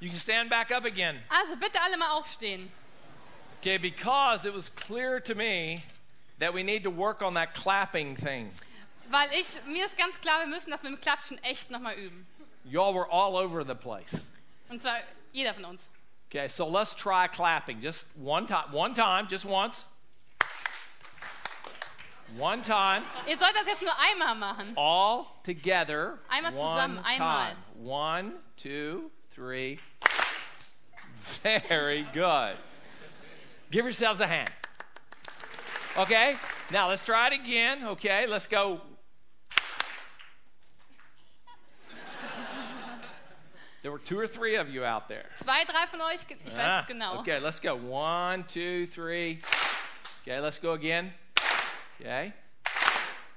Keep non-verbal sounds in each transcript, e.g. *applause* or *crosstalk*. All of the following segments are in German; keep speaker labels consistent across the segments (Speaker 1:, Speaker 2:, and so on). Speaker 1: You can stand back up again.
Speaker 2: Also bitte alle mal aufstehen.
Speaker 1: Okay, because it was clear to me that we need to work on that clapping thing.
Speaker 2: Weil ich, mir ist ganz klar, wir müssen das mit dem Klatschen echt nochmal üben.
Speaker 1: Y'all were all over the place.
Speaker 2: Und zwar jeder von uns.
Speaker 1: Okay, so let's try clapping. Just one time, one time, just once. One time,
Speaker 2: Ihr sollt das jetzt nur einmal machen.
Speaker 1: all together.
Speaker 2: Einmal
Speaker 1: one
Speaker 2: zusammen, einmal.
Speaker 1: time. One, two, three. Very good. Give yourselves a hand. Okay, now let's try it again. Okay, let's go. There were two or three of you out there.
Speaker 2: Zwei, drei von euch, ge- ich weiß
Speaker 1: Ah,
Speaker 2: es genau.
Speaker 1: Okay, let's go. One, two, three. Okay, let's go again. Okay.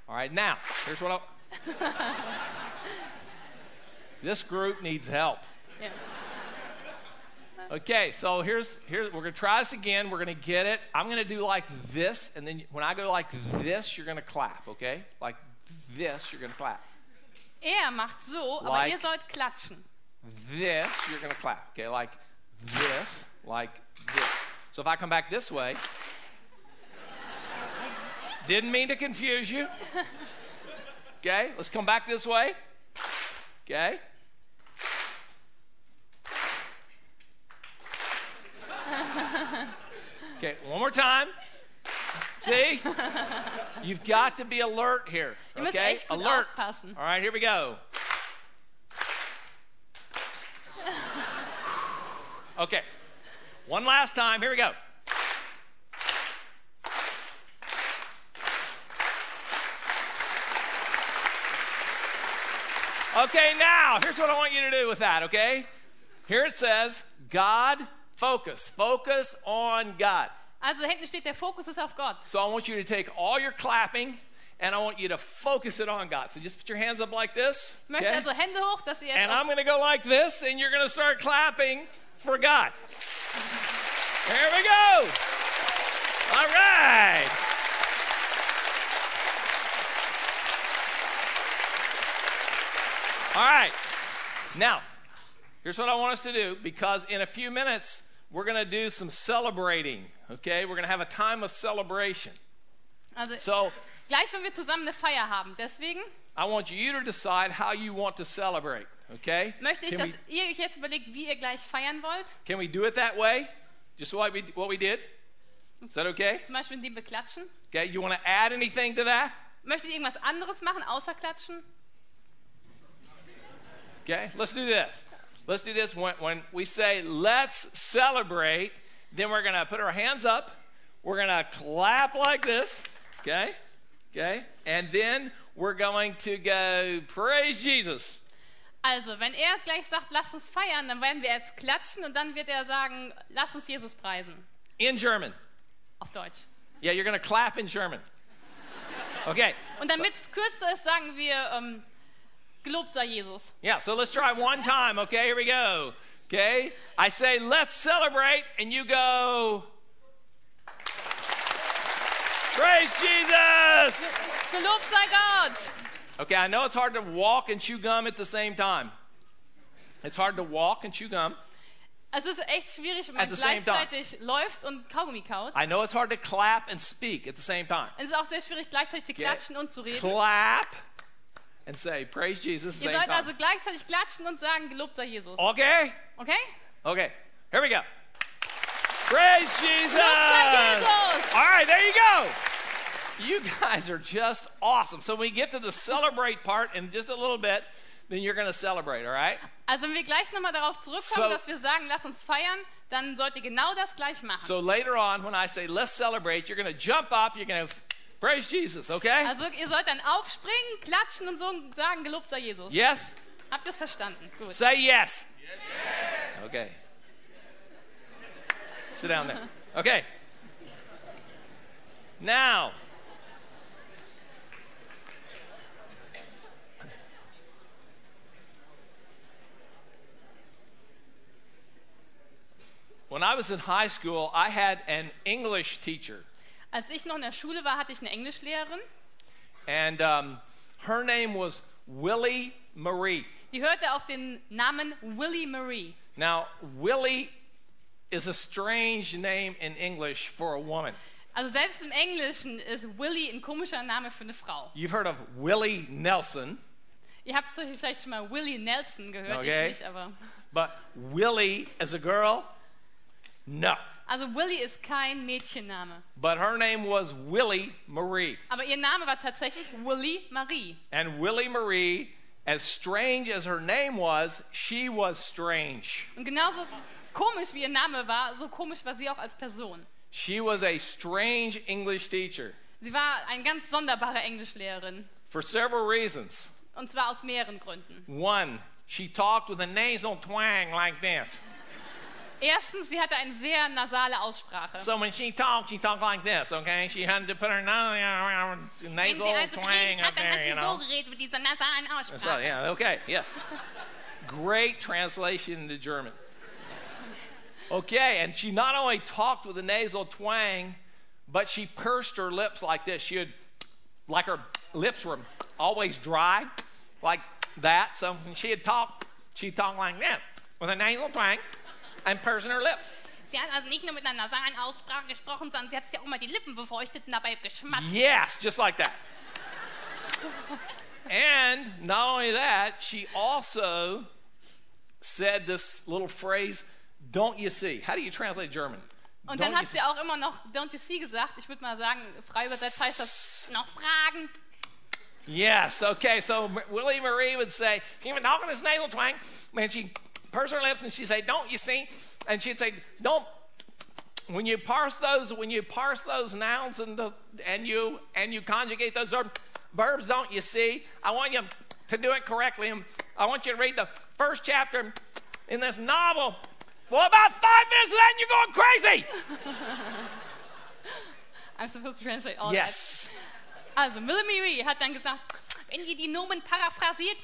Speaker 1: All right, now, here's what I. this group needs help.
Speaker 2: Ja.
Speaker 1: Okay, so here's here we're gonna try this again. We're gonna get it. I'm gonna do like this, and then when I go like this, you're gonna clap. Okay, like this, you're gonna clap.
Speaker 2: Er macht so, aber
Speaker 1: Like-
Speaker 2: ihr sollt klatschen.
Speaker 1: This, you're gonna clap. Okay, like this, like this. So if I come back this way, didn't mean to confuse you. Okay, let's come back this way. Okay. Okay, one more time. See? You've got to be alert here.
Speaker 2: Ihr müsst
Speaker 1: Okay?
Speaker 2: echt gut
Speaker 1: Alert.
Speaker 2: aufpassen.
Speaker 1: All right, here we go. Okay. One last time. Here we go. Okay, now, here's what I want you to do with that, okay? Here it says, God, focus. Focus on God.
Speaker 2: Also da hinten steht, der Fokus ist auf Gott.
Speaker 1: So I want you to take all your clapping and I want you to focus it on God. So just put your hands up like this.
Speaker 2: Ich möchte also Hände hoch, dass ihr jetzt
Speaker 1: And I'm
Speaker 2: auf,
Speaker 1: going to go like this, and you're going to start clapping for God. There we go. All right. All right. Now, here's what I want us to do because in a few minutes, we're going to do some celebrating, okay? We're going to have a time of celebration.
Speaker 2: also
Speaker 1: So
Speaker 2: gleich, wenn wir zusammen eine Feier haben. Deswegen
Speaker 1: I want you to decide how you want to celebrate, okay?
Speaker 2: möchte ich,
Speaker 1: Can we-
Speaker 2: dass ihr euch jetzt überlegt, wie ihr gleich feiern wollt.
Speaker 1: Can we do it that way? Just what we, what we did? Is that okay?
Speaker 2: Zum Beispiel indem wir klatschen.
Speaker 1: Okay, you want to add anything to that?
Speaker 2: Möchtet ihr irgendwas anderes machen, außer klatschen?
Speaker 1: Okay, let's do this. Let's do this. When, when we say, let's celebrate, then we're going to put our hands up. We're going to clap like this. Okay? Okay? And then we're going to go, praise Jesus.
Speaker 2: Also, wenn er gleich sagt, lasst uns feiern, dann werden wir jetzt klatschen und dann wird er sagen, lasst uns Jesus preisen.
Speaker 1: In German.
Speaker 2: Auf Deutsch.
Speaker 1: Yeah, you're going to clap in German. Okay.
Speaker 2: Und damit es kürzer ist, sagen wir, ähm, gelobt sei Jesus.
Speaker 1: Yeah, so let's try one time, okay? Here we go. Okay? I say, let's celebrate, and you go, Praise Jesus!
Speaker 2: Gelobt sei Gott!
Speaker 1: Okay, I know it's hard to walk and chew gum at the same time. It's hard to walk and chew gum.
Speaker 2: Also, Es ist echt schwierig, wenn man
Speaker 1: At the same
Speaker 2: gleichzeitig läuft und Kaugummi kaut.
Speaker 1: I know it's hard to clap and speak at the same time.
Speaker 2: Es ist auch sehr schwierig, gleichzeitig zu
Speaker 1: Yeah.
Speaker 2: klatschen und zu reden.
Speaker 1: Clap and say, Praise Jesus.
Speaker 2: Ihr
Speaker 1: Same
Speaker 2: sollt also
Speaker 1: time. Oh.
Speaker 2: gleichzeitig klatschen und sagen, gelobt sei Jesus.
Speaker 1: Okay?
Speaker 2: Okay?
Speaker 1: Okay, here we go. Praise Jesus!
Speaker 2: Jesus!
Speaker 1: All right, there you go. You guys are just awesome. So when we get to the celebrate part in just a little bit, then you're going to celebrate, all right?
Speaker 2: Also, wenn wir gleich nochmal darauf
Speaker 1: So-
Speaker 2: zurückkommen, dass wir sagen, lasst uns feiern, dann sollt ihr genau das gleich machen.
Speaker 1: So later on, when I say let's celebrate, you're going to jump up, you're going to praise Jesus, okay?
Speaker 2: Also ihr sollt dann aufspringen, klatschen und so und sagen, gelobt sei Jesus.
Speaker 1: Yes?
Speaker 2: Habt ihr es verstanden? Gut.
Speaker 1: Say yes. Yes. Okay. Sit down there. Okay. Now, when I was in high school, I had an English teacher,
Speaker 2: Als ich noch in der Schule war, hatte ich eine Englischlehrerin,
Speaker 1: and um, her name was Willie Marie.
Speaker 2: die hörte auf den Namen Willie Marie.
Speaker 1: Now, Willie is a strange name in English for a woman.
Speaker 2: Also selbst im Englischen ist Willie ein komischer Name für eine Frau.
Speaker 1: You've heard of Willie Nelson,
Speaker 2: Ihr habt solche vielleicht schon mal Willie Nelson gehört,
Speaker 1: Okay.
Speaker 2: ich nicht, aber.
Speaker 1: but Willie as a girl? No.
Speaker 2: Also Willie ist kein Mädchenname.
Speaker 1: But her name was Willie Marie.
Speaker 2: Aber ihr Name war tatsächlich Willie Marie.
Speaker 1: And Willie Marie, as strange as her name was, she was strange.
Speaker 2: Und genauso komisch wie ihr Name war, so komisch war sie auch als Person.
Speaker 1: She was a strange English teacher
Speaker 2: Sie war eine ganz sonderbare Englischlehrerin.
Speaker 1: for several reasons.
Speaker 2: Und zwar aus mehreren Gründen.
Speaker 1: One, she talked with a nasal twang like this.
Speaker 2: Erstens, sie hatte eine sehr nasale Aussprache.
Speaker 1: So when she talked, she talked like this, okay? She had to put her nas-
Speaker 2: Wenn sie
Speaker 1: nasal
Speaker 2: also
Speaker 1: twang
Speaker 2: geredet
Speaker 1: up
Speaker 2: hat, dann hat
Speaker 1: there,
Speaker 2: sie
Speaker 1: you
Speaker 2: so
Speaker 1: know?
Speaker 2: geredet mit dieser nasalen Aussprache.
Speaker 1: So, yeah, okay, yes. Great translation into German. Okay, and she not only talked with a nasal twang, but she pursed her lips like this. She would, like her lips were always dry, like that. So when she had talked, she talked like this with a nasal twang and pursing her lips.
Speaker 2: Sie hat also nicht nur mit einer nasalen Aussprache gesprochen, sondern sie hat sich auch immer die Lippen befeuchtet und dabei geschmatzt.
Speaker 1: Yes, just like that. and not only that, she also said this little phrase, don't you see? How do you translate German?
Speaker 2: Und
Speaker 1: Don't
Speaker 2: dann
Speaker 1: you
Speaker 2: hat
Speaker 1: see?
Speaker 2: sie auch immer noch Don't You See gesagt. Ich würde mal sagen, frei übersetzt heißt das noch Fragen.
Speaker 1: Yes, okay, so M- Willie Marie would say, she would knock on his nasal twang, and she purse her lips and she'd say, don't you see? And she'd say, don't. When you parse those, when you parse those nouns and the, and you and you conjugate those verb- verbs, don't you see? I want you to do it correctly. And I want you to read the first chapter in this novel. Well, about five minutes of that, and you're going crazy.
Speaker 2: I'm supposed to translate all
Speaker 1: Yes.
Speaker 2: that. Also, Millie Marie hat dann gesagt, wenn ihr die Nomen paraphrasiert,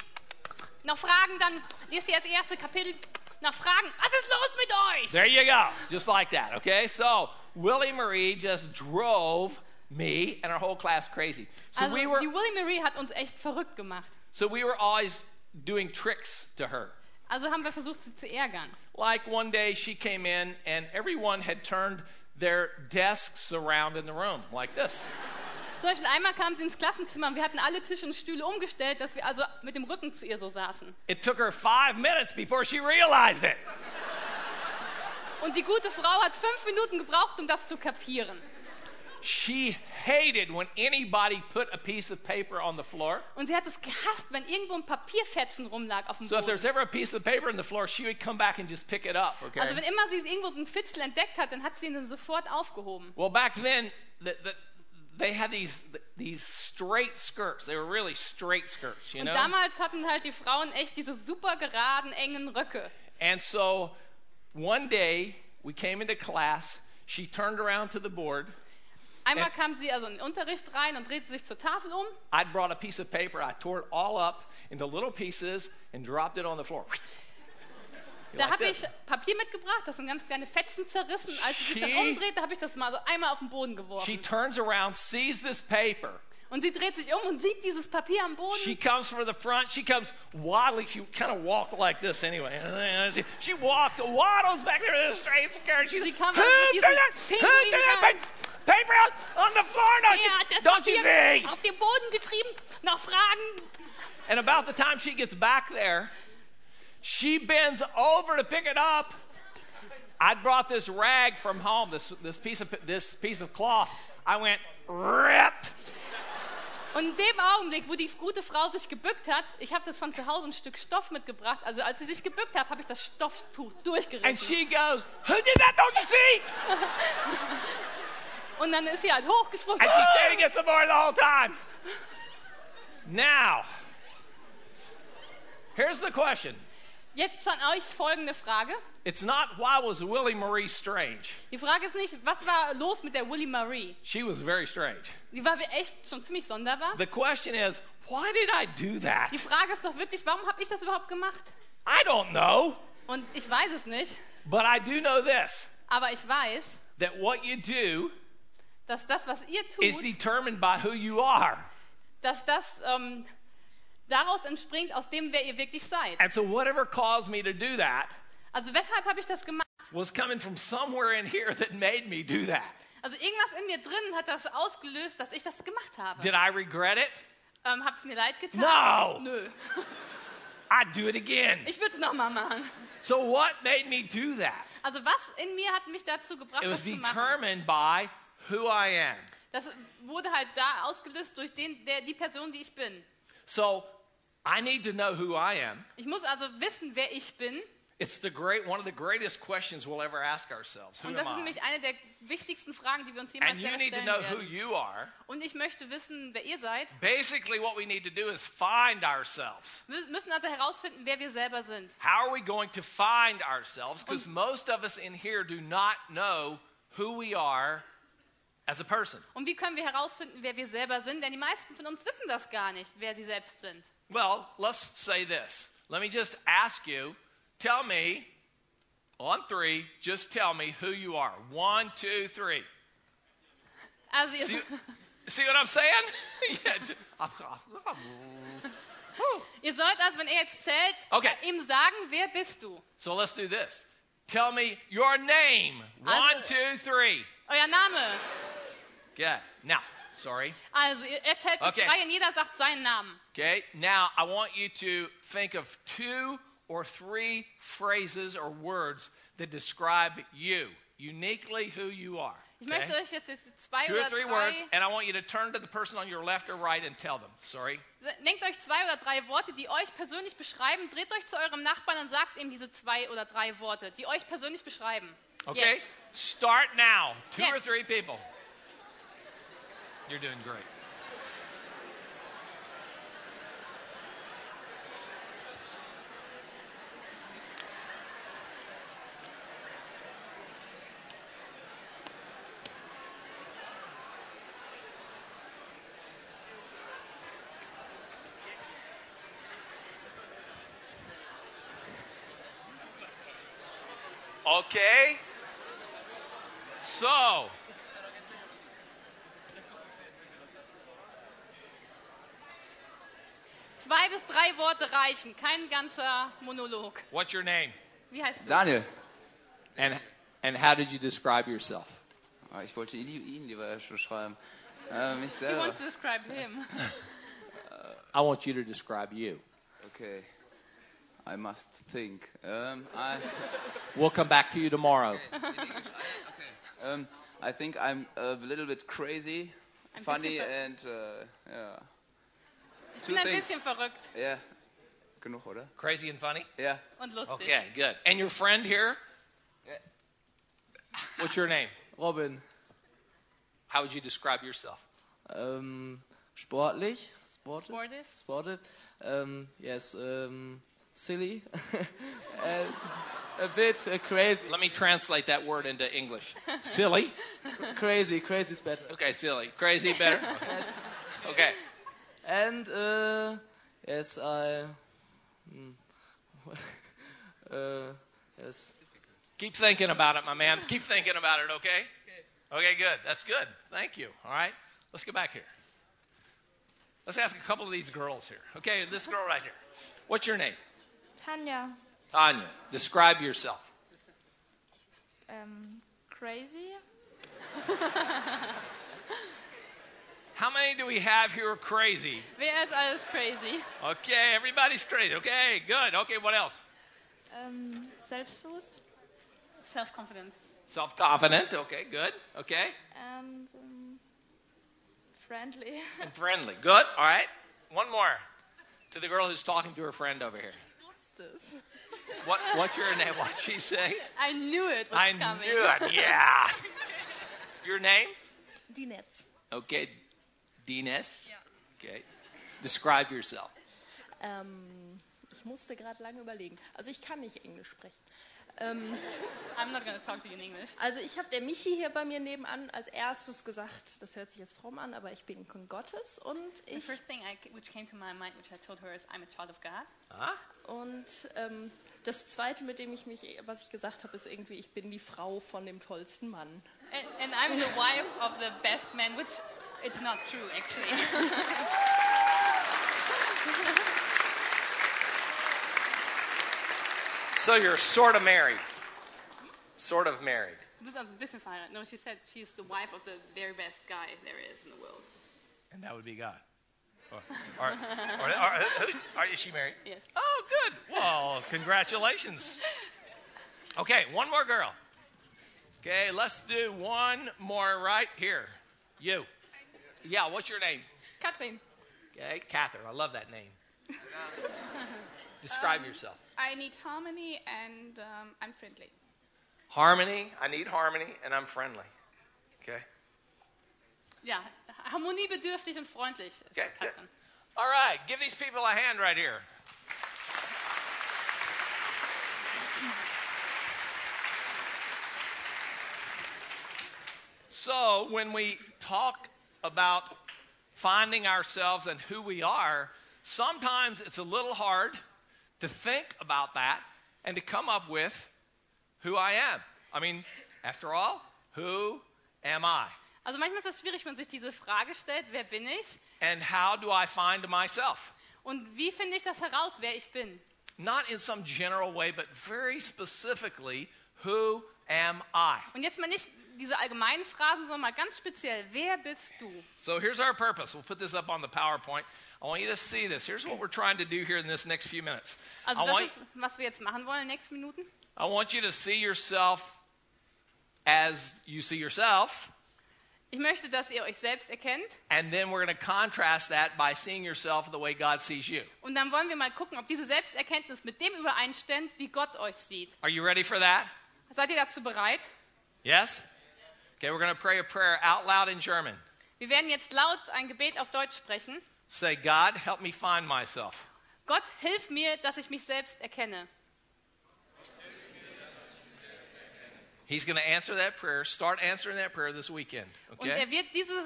Speaker 2: noch Fragen, dann lest ihr das erste Kapitel nach Fragen. Was ist los mit euch?
Speaker 1: There you go. Just like that, okay? So, Willie Marie just drove me and our whole class crazy. So
Speaker 2: also,
Speaker 1: we were
Speaker 2: die Willie Marie hat uns echt verrückt gemacht.
Speaker 1: so we were always doing tricks to her.
Speaker 2: Also haben wir versucht, sie zu ärgern.
Speaker 1: Like one day she came in and everyone had turned their desks around in the room like this.
Speaker 2: Zum Beispiel einmal kam sie ins Klassenzimmer und wir hatten alle Tische und Stühle umgestellt, dass wir also mit dem Rücken zu ihr so saßen.
Speaker 1: It took her 5 minutes before she realized it.
Speaker 2: Und die gute Frau hat fünf Minuten gebraucht, um das zu kapieren.
Speaker 1: She hated when anybody put a piece of paper on the floor.
Speaker 2: Und sie hat es gehasst, wenn irgendwo ein Papierfetzen rumlag auf dem
Speaker 1: So if
Speaker 2: Boden.
Speaker 1: there's ever a piece of paper on the floor, she would come back and just pick it up, okay?
Speaker 2: Also wenn immer sie irgendwo so einen Fitzel entdeckt hat, dann hat sie ihn dann sofort aufgehoben.
Speaker 1: Well, back then, the, the, they had these these straight skirts. They were really straight skirts, you
Speaker 2: Und
Speaker 1: know.
Speaker 2: damals hatten halt die Frauen echt diese super geraden, engen Röcke.
Speaker 1: and so, one day we came into class. She turned around to the board.
Speaker 2: Einmal
Speaker 1: Ä-
Speaker 2: kam sie also in den Unterricht rein und drehte sich zur Tafel um.
Speaker 1: I'd brought a piece of paper. I tore it all up into little pieces and dropped it on the floor.
Speaker 2: Da
Speaker 1: like
Speaker 2: habe
Speaker 1: this.
Speaker 2: ich Papier mitgebracht, das sind ganz kleine Fetzen zerrissen. Als sie sich dann
Speaker 1: She-
Speaker 2: umdrehte, habe ich das mal so einmal auf den Boden
Speaker 1: She
Speaker 2: geworfen.
Speaker 1: turns around, sees this paper.
Speaker 2: Und sie dreht sich um und sieht dieses Papier am Boden.
Speaker 1: She comes from the front. She comes waddling. She kind of walked like this anyway. *laughs* She, she walked, waddles back there in a straight skirt. She's
Speaker 2: Sie
Speaker 1: like,
Speaker 2: kam
Speaker 1: who
Speaker 2: also mit
Speaker 1: threw that, who threw
Speaker 2: diesem
Speaker 1: that
Speaker 2: pinguinen
Speaker 1: pa- paper out on the floor? Don't,
Speaker 2: Er hat
Speaker 1: you,
Speaker 2: das
Speaker 1: don't you
Speaker 2: *laughs*
Speaker 1: see?
Speaker 2: Papier auf den Boden getrieben, noch Fragen.
Speaker 1: And about the time she gets back there, she bends over to pick it up. I'd brought this rag from home, this, this, piece, of, this piece of cloth. I went, rip.
Speaker 2: Und in dem Augenblick, wo die gute Frau sich gebückt hat, ich habe das von zu Hause ein Stück Stoff mitgebracht. Also als sie sich gebückt hat, habe ich das Stofftuch durchgerissen.
Speaker 1: And she goes, who did that? Don't you see?
Speaker 2: und dann ist sie halt hochgesprungen.
Speaker 1: And she stayed against the board the whole time. Now, here's the question.
Speaker 2: Jetzt von euch folgende Frage.
Speaker 1: It's not why was Willie Marie strange.
Speaker 2: Die Frage ist nicht, was war los mit der Willie Marie?
Speaker 1: She was very strange.
Speaker 2: Die war echt schon ziemlich sonderbar.
Speaker 1: The question is, why did I do that?
Speaker 2: Die Frage ist doch wirklich, warum habe ich das überhaupt gemacht?
Speaker 1: I don't know,
Speaker 2: Und ich weiß es nicht,
Speaker 1: but I do know this
Speaker 2: aber ich weiß,
Speaker 1: that what you do
Speaker 2: dass das, was ihr
Speaker 1: is
Speaker 2: tut,
Speaker 1: determined by who you are.
Speaker 2: dass das, ähm, Daraus entspringt aus dem, wer ihr wirklich seid.
Speaker 1: And so, whatever caused me to do that
Speaker 2: Also weshalb habe ich das gemacht?
Speaker 1: was coming from somewhere in here that made me do that.
Speaker 2: Also irgendwas in mir drin hat das ausgelöst, dass ich das gemacht habe.
Speaker 1: Did I regret it?
Speaker 2: Ähm, habt's mir leid getan?
Speaker 1: No.
Speaker 2: Nö.
Speaker 1: I'd do it again.
Speaker 2: Ich würde es nochmal machen.
Speaker 1: So, what made me do that?
Speaker 2: Also was in mir hat mich dazu gebracht,
Speaker 1: It was
Speaker 2: das zu machen?
Speaker 1: determined by who I am.
Speaker 2: Das wurde halt da ausgelöst durch den, der, die Person, die ich bin.
Speaker 1: So, I need to know who I am.
Speaker 2: Ich muss also wissen, wer ich bin.
Speaker 1: It's the great one of the greatest questions we'll ever ask ourselves. Who
Speaker 2: Und
Speaker 1: am
Speaker 2: das ist
Speaker 1: I?
Speaker 2: nämlich eine der wichtigsten Fragen, die wir uns jemals
Speaker 1: And
Speaker 2: selber
Speaker 1: you need to
Speaker 2: stellen
Speaker 1: know who
Speaker 2: werden.
Speaker 1: you are.
Speaker 2: Und ich möchte wissen, wer ihr seid.
Speaker 1: Basically, what we need to do is find ourselves.
Speaker 2: Wir müssen also herausfinden, wer wir selber sind.
Speaker 1: How are we going to find ourselves? Because most of us in here do not know who we are as a person.
Speaker 2: Und wie können wir herausfinden, wer wir selber sind? Denn die meisten von uns wissen das gar nicht, wer sie selbst sind.
Speaker 1: Well, let's say this. Let me just ask you tell me, on three, just tell me who you are. One, two, three.
Speaker 2: Also ihr, *laughs*
Speaker 1: See, see what I'm saying? *laughs* yeah, ju- I'm- I'm-
Speaker 2: ihr sollt also, wenn ihr jetzt zählt,
Speaker 1: Okay.
Speaker 2: ihm sagen, wer bist du?
Speaker 1: so let's do this. Tell me your name. One, two, three.
Speaker 2: Euer Name.
Speaker 1: Okay. Now, sorry.
Speaker 2: Also ihr er zählt bis
Speaker 1: Okay.
Speaker 2: drei und jeder sagt seinen Namen.
Speaker 1: Okay, now I want you to think of two or three phrases or words that describe you, uniquely who you are.
Speaker 2: Ich
Speaker 1: okay?
Speaker 2: möchte euch jetzt, jetzt zwei
Speaker 1: Two or
Speaker 2: oder
Speaker 1: three
Speaker 2: drei...
Speaker 1: words, and I want you to turn to the person on your left or right and tell them. Sorry.
Speaker 2: Denkt euch zwei oder drei Worte, die euch persönlich beschreiben. Dreht euch zu eurem Nachbarn und sagt ihm diese zwei oder drei Worte, die euch persönlich beschreiben.
Speaker 1: Okay?
Speaker 2: Jetzt.
Speaker 1: Start now. Two or
Speaker 2: Yes.
Speaker 1: three people. You're doing great. Okay. So,
Speaker 2: Zwei bis drei Worte reichen, kein ganzer Monolog.
Speaker 1: what's your name?
Speaker 2: Wie heißt du?
Speaker 3: Daniel,
Speaker 4: And and how did you describe yourself?
Speaker 3: Ah, ich wollte ihn, ihn lieber schon schreiben. Äh, mich
Speaker 2: You
Speaker 3: selber.
Speaker 2: want to describe him.
Speaker 4: I want you to describe you.
Speaker 3: Okay. I must think. Ähm, I,
Speaker 4: We'll come back to you tomorrow.
Speaker 3: ähm, I think I'm a little bit crazy,
Speaker 2: Ein
Speaker 3: funny
Speaker 2: bisschen ver-
Speaker 3: and uh, yeah.
Speaker 2: Ich
Speaker 3: Two
Speaker 2: bin ein
Speaker 3: things.
Speaker 2: bisschen verrückt
Speaker 3: Yeah. Genug, oder?
Speaker 1: Crazy and funny?
Speaker 3: Ja.
Speaker 2: und lustig.
Speaker 1: Okay, good. And your friend here? What's your name?
Speaker 5: Robin,
Speaker 1: How would you describe yourself?
Speaker 5: ähm, sportlich, sportive,
Speaker 2: Sportive.
Speaker 5: sportive, ähm, yes, ähm, silly, *laughs* and a bit äh, crazy,
Speaker 1: Let me translate that word into English. *laughs* Silly.
Speaker 5: crazy, crazy is better.
Speaker 1: Okay, silly. Crazy, *laughs* better.
Speaker 5: Yes.
Speaker 1: Okay.
Speaker 5: And äh, yes, I, *laughs* mm, äh, yes,
Speaker 1: Keep thinking about it, my man. Keep thinking about it, okay? Okay, good. That's good. Thank you. All right. Let's go back here. Let's ask a couple of these girls here. Okay, this girl right here. What's your name?
Speaker 6: Tanja,
Speaker 1: Tanya. Describe yourself.
Speaker 6: ähm, crazy.
Speaker 1: How many do we have here are crazy?
Speaker 2: Wer ist alles crazy?
Speaker 1: Okay, everybody's crazy. Okay, good. Okay, what else?
Speaker 6: Ähm, selbstbewusst.
Speaker 2: Self-confident.
Speaker 1: Self confident. Okay, good. Okay.
Speaker 6: And ähm, friendly. *laughs*
Speaker 1: And friendly. Good. All right. One more to the girl who's talking to her friend over here. What, what's your name? What'd she say?
Speaker 2: I knew it was
Speaker 1: I
Speaker 2: coming.
Speaker 1: knew it.
Speaker 2: *laughs*
Speaker 1: Yeah. Your name?
Speaker 6: Die Netz.
Speaker 1: Okay. Dines. Okay. Describe yourself.
Speaker 7: Ähm, ich musste gerade lange überlegen. Also ich kann nicht Englisch sprechen. Ähm,
Speaker 2: I'm not gonna talk to you in English.
Speaker 7: also ich habe der Michi hier bei mir nebenan als erstes gesagt, das hört sich jetzt fromm an, aber ich bin ein Kind Gottes und
Speaker 2: The
Speaker 7: ich
Speaker 2: first thing I, which came to my mind, which I told her, is I'm a child of God.
Speaker 7: und ähm, das zweite, mit dem ich mich, was ich gesagt habe, ist irgendwie, ich bin die Frau von dem tollsten Mann.
Speaker 2: And, and I'm the wife of the best man, which it's not true, actually.
Speaker 1: So you're sort of married. Sort of married.
Speaker 2: Du bist also ein bisschen verheiratet. No, she said she's the wife of the very best guy there is in the world.
Speaker 1: And that would be God. Or, or, or, or- who's- or is she married?
Speaker 2: Yes.
Speaker 1: Oh, good. Well, congratulations. Okay, one more girl. Okay, let's do one more right here. You. Yeah, what's your name?
Speaker 8: Katrin,
Speaker 1: Okay, Catherine. I
Speaker 8: *laughs*
Speaker 1: love that name. Describe yourself.
Speaker 8: Um, I need harmony and um, I'm friendly.
Speaker 1: Harmony. I need harmony, and I'm friendly. Okay.
Speaker 2: Ja, harmoniebedürftig und freundlich. ist
Speaker 1: Okay,
Speaker 2: Katrin.
Speaker 1: All right, give these people a hand right here. So, when we talk about finding ourselves and who we are, sometimes it's a little hard to think about that and to come up with who I am. I mean, after all, who am I?
Speaker 2: Also manchmal ist es schwierig, wenn man sich diese Frage stellt, wer bin ich?
Speaker 1: And how do I find myself?
Speaker 2: Und wie finde ich das heraus, wer ich bin?
Speaker 1: not in some general way, but very specifically, who am I?
Speaker 2: Und jetzt mal nicht diese allgemeinen Phrasen, sondern mal ganz speziell, wer bist du?
Speaker 1: So here's our purpose. We'll put this up on the PowerPoint. I want you to see this. Here's what we're trying to do here in this next few minutes.
Speaker 2: Also
Speaker 1: I,
Speaker 2: das
Speaker 1: want,
Speaker 2: ist, was wir jetzt machen wollen in den nächsten Minuten.
Speaker 1: I want you to see yourself as you see yourself,
Speaker 2: Ich möchte, dass ihr euch selbst erkennt
Speaker 1: and then we're going to contrast that by seeing yourself the way God sees you.
Speaker 2: und dann wollen wir mal gucken, ob diese Selbsterkenntnis mit dem übereinstimmt, wie Gott euch sieht.
Speaker 1: Are you ready for that?
Speaker 2: Seid ihr dazu bereit?
Speaker 1: Yes? Okay, we're going to pray a prayer out loud in German.
Speaker 2: Wir werden jetzt laut ein Gebet auf Deutsch sprechen.
Speaker 1: Say, God, help me find myself.
Speaker 2: Gott, hilf mir, dass ich mich selbst erkenne.
Speaker 1: He's going to answer that prayer. Start answering that prayer this weekend.
Speaker 2: Und
Speaker 1: Okay?
Speaker 2: er wird dieses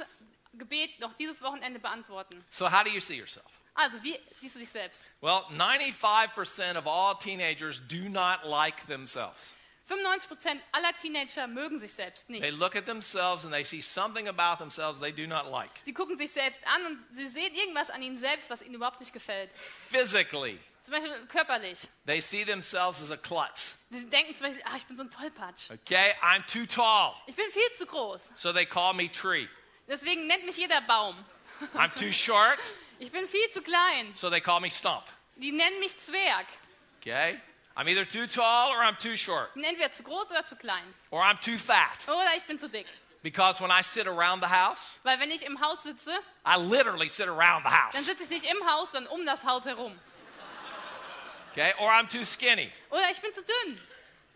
Speaker 2: Gebet noch dieses Wochenende beantworten.
Speaker 1: So, how do you see yourself?
Speaker 2: Also, wie siehst du dich selbst?
Speaker 1: Well, 95% of all teenagers do not like themselves.
Speaker 2: 95% aller Teenager mögen sich selbst
Speaker 1: They
Speaker 2: nicht.
Speaker 1: look at themselves and they see something about themselves they do not like.
Speaker 2: Sie gucken sich selbst an und sie sehen irgendwas an ihnen selbst, was ihnen überhaupt nicht gefällt.
Speaker 1: Physically,
Speaker 2: Zum Beispiel körperlich.
Speaker 1: they see themselves as a klutz.
Speaker 2: Sie denken zum Beispiel, ah, ich bin so ein Tollpatsch.
Speaker 1: Okay? I'm too tall,
Speaker 2: Ich bin viel zu groß.
Speaker 1: so they call me tree.
Speaker 2: Deswegen nennt mich jeder Baum.
Speaker 1: I'm too short,
Speaker 2: Ich bin viel zu klein.
Speaker 1: so they call me stump.
Speaker 2: Die nennen mich Zwerg.
Speaker 1: Okay? I'm either too tall or I'm too short,
Speaker 2: Die sind entweder zu groß oder zu klein.
Speaker 1: or I'm too fat.
Speaker 2: Oder ich bin zu dick.
Speaker 1: Because when I sit around the house,
Speaker 2: Weil wenn ich im Haus sitze,
Speaker 1: I literally sit around the
Speaker 2: dann
Speaker 1: house.
Speaker 2: sitze ich nicht im Haus, sondern um das Haus herum.
Speaker 1: Okay? Or I'm too skinny.
Speaker 2: Oder ich bin zu dünn.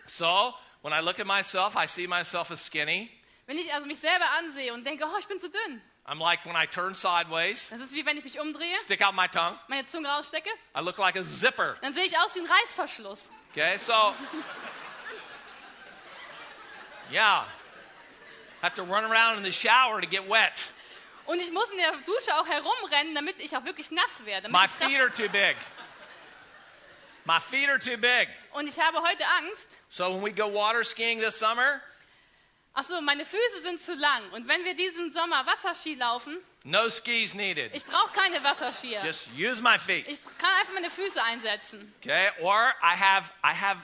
Speaker 1: So when I look at myself, I see myself as skinny.
Speaker 2: Wenn ich also mich selber ansehe und denke, oh, ich bin zu dünn.
Speaker 1: I'm like when I turn sideways,
Speaker 2: Das ist wie wenn ich mich umdrehe,
Speaker 1: stick out my tongue,
Speaker 2: meine Zunge rausstecke,
Speaker 1: I look like a zipper.
Speaker 2: dann sehe ich aus wie ein Reißverschluss.
Speaker 1: Okay, so yeah, have to run around in the shower to get wet.
Speaker 2: Und ich muss in der Dusche auch herumrennen, damit ich auch wirklich nass werde. damit
Speaker 1: My
Speaker 2: *laughs* ich krass-
Speaker 1: feet are too big. My feet are too big.
Speaker 2: Und ich habe heute Angst.
Speaker 1: So when we go water skiing this summer,
Speaker 2: Achso, meine Füße sind zu lang. Und wenn wir diesen Sommer Wasserski laufen,
Speaker 1: no skis needed.
Speaker 2: ich brauche keine Wasserskier.
Speaker 1: Just use my feet.
Speaker 2: Ich kann einfach meine Füße einsetzen.
Speaker 1: Okay, or I have I have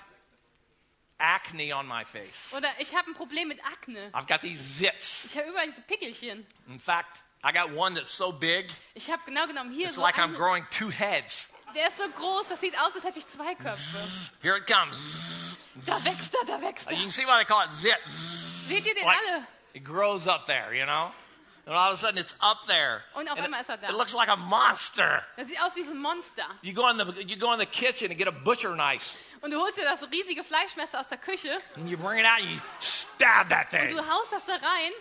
Speaker 1: acne on my face.
Speaker 2: Oder ich habe ein Problem mit Akne.
Speaker 1: I've got these zits.
Speaker 2: Ich habe überall diese Pickelchen.
Speaker 1: In fact, I got one that's so big,
Speaker 2: Ich habe genau genommen hier
Speaker 1: it's
Speaker 2: so
Speaker 1: like I'm
Speaker 2: einen,
Speaker 1: growing two heads.
Speaker 2: Der ist so groß, das sieht aus, als hätte ich zwei Köpfe.
Speaker 1: Here it comes.
Speaker 2: Da wächst er, da wächst
Speaker 1: You
Speaker 2: er.
Speaker 1: can see why they call it zit.
Speaker 2: Seht ihr den
Speaker 1: Like,
Speaker 2: alle?
Speaker 1: it grows up there, you know? And all of a sudden, it's up there.
Speaker 2: Und auf
Speaker 1: And
Speaker 2: einmal ist er da.
Speaker 1: it, it looks like a monster.
Speaker 2: Das sieht aus wie so ein Monster.
Speaker 1: You go, in the, you go in the kitchen and get a butcher knife,
Speaker 2: Und du holst dir das riesige Fleischmesser aus der Küche
Speaker 1: and you bring it out and you stab that
Speaker 2: und
Speaker 1: thing.
Speaker 2: du haust das da rein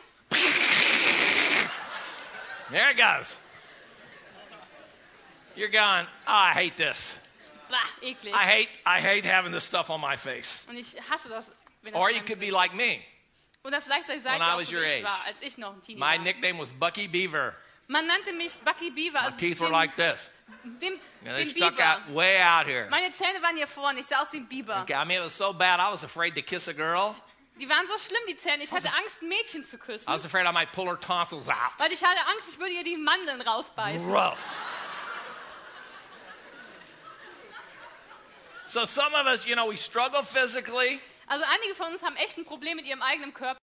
Speaker 1: There it goes. You're going, oh, I hate this.
Speaker 2: Bah, eklig.
Speaker 1: I hate, I hate having this stuff on my face.
Speaker 2: Und ich hasse das. Wenn das
Speaker 1: Or
Speaker 2: in
Speaker 1: you
Speaker 2: meinem
Speaker 1: could be
Speaker 2: Gesicht
Speaker 1: like
Speaker 2: ist.
Speaker 1: me.
Speaker 2: Oder vielleicht seid ihr
Speaker 1: When I
Speaker 2: auch
Speaker 1: was
Speaker 2: so
Speaker 1: your
Speaker 2: wie ich
Speaker 1: age.
Speaker 2: war, als ich noch ein Teenie
Speaker 1: My
Speaker 2: war.
Speaker 1: nickname was Bucky Beaver.
Speaker 2: Man nannte mich Bucky Beaver.
Speaker 1: My
Speaker 2: Also
Speaker 1: teeth
Speaker 2: den,
Speaker 1: were like this.
Speaker 2: den,
Speaker 1: Yeah, they
Speaker 2: den
Speaker 1: stuck
Speaker 2: Biber.
Speaker 1: out way out here.
Speaker 2: Meine Zähne waren hier vorne. Ich sah aus wie ein Biber.
Speaker 1: Okay, I mean, it was so bad, I was afraid to kiss a girl.
Speaker 2: Die waren so schlimm, die Zähne. Ich hatte
Speaker 1: Also-
Speaker 2: Angst, ein Mädchen zu küssen.
Speaker 1: I was afraid I might pull her tonsils out.
Speaker 2: weil ich hatte Angst, ich würde ihr die Mandeln rausbeißen.
Speaker 1: Gross. So some of us, you know, we struggle physically,
Speaker 2: Also einige von uns haben echt ein Problem mit ihrem eigenen Körper.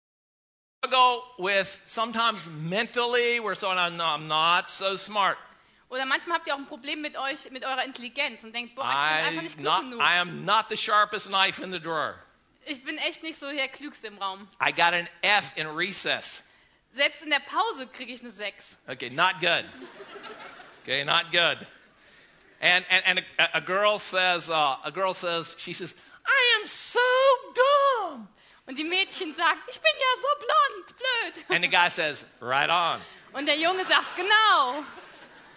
Speaker 1: struggle with sometimes mentally, we're so, "No, no, I'm not so smart.
Speaker 2: Oder manchmal habt ihr auch ein Problem mit euch, mit eurer Intelligenz und denkt, boah, ich bin einfach
Speaker 1: I,
Speaker 2: nicht klug
Speaker 1: not,
Speaker 2: genug.
Speaker 1: I am not the sharpest knife in the drawer.
Speaker 2: Ich bin echt nicht so der Klügste im Raum.
Speaker 1: I got an F in recess.
Speaker 2: Selbst in der Pause kriege ich eine 6.
Speaker 1: Okay, not good. Okay, not good. And and, and a, a girl says, uh, a girl says, she says, I am so dumb.
Speaker 2: Und die Mädchen sagen, ich bin ja so blond, blöd.
Speaker 1: And the guy says, right on.
Speaker 2: Und der Junge sagt, genau.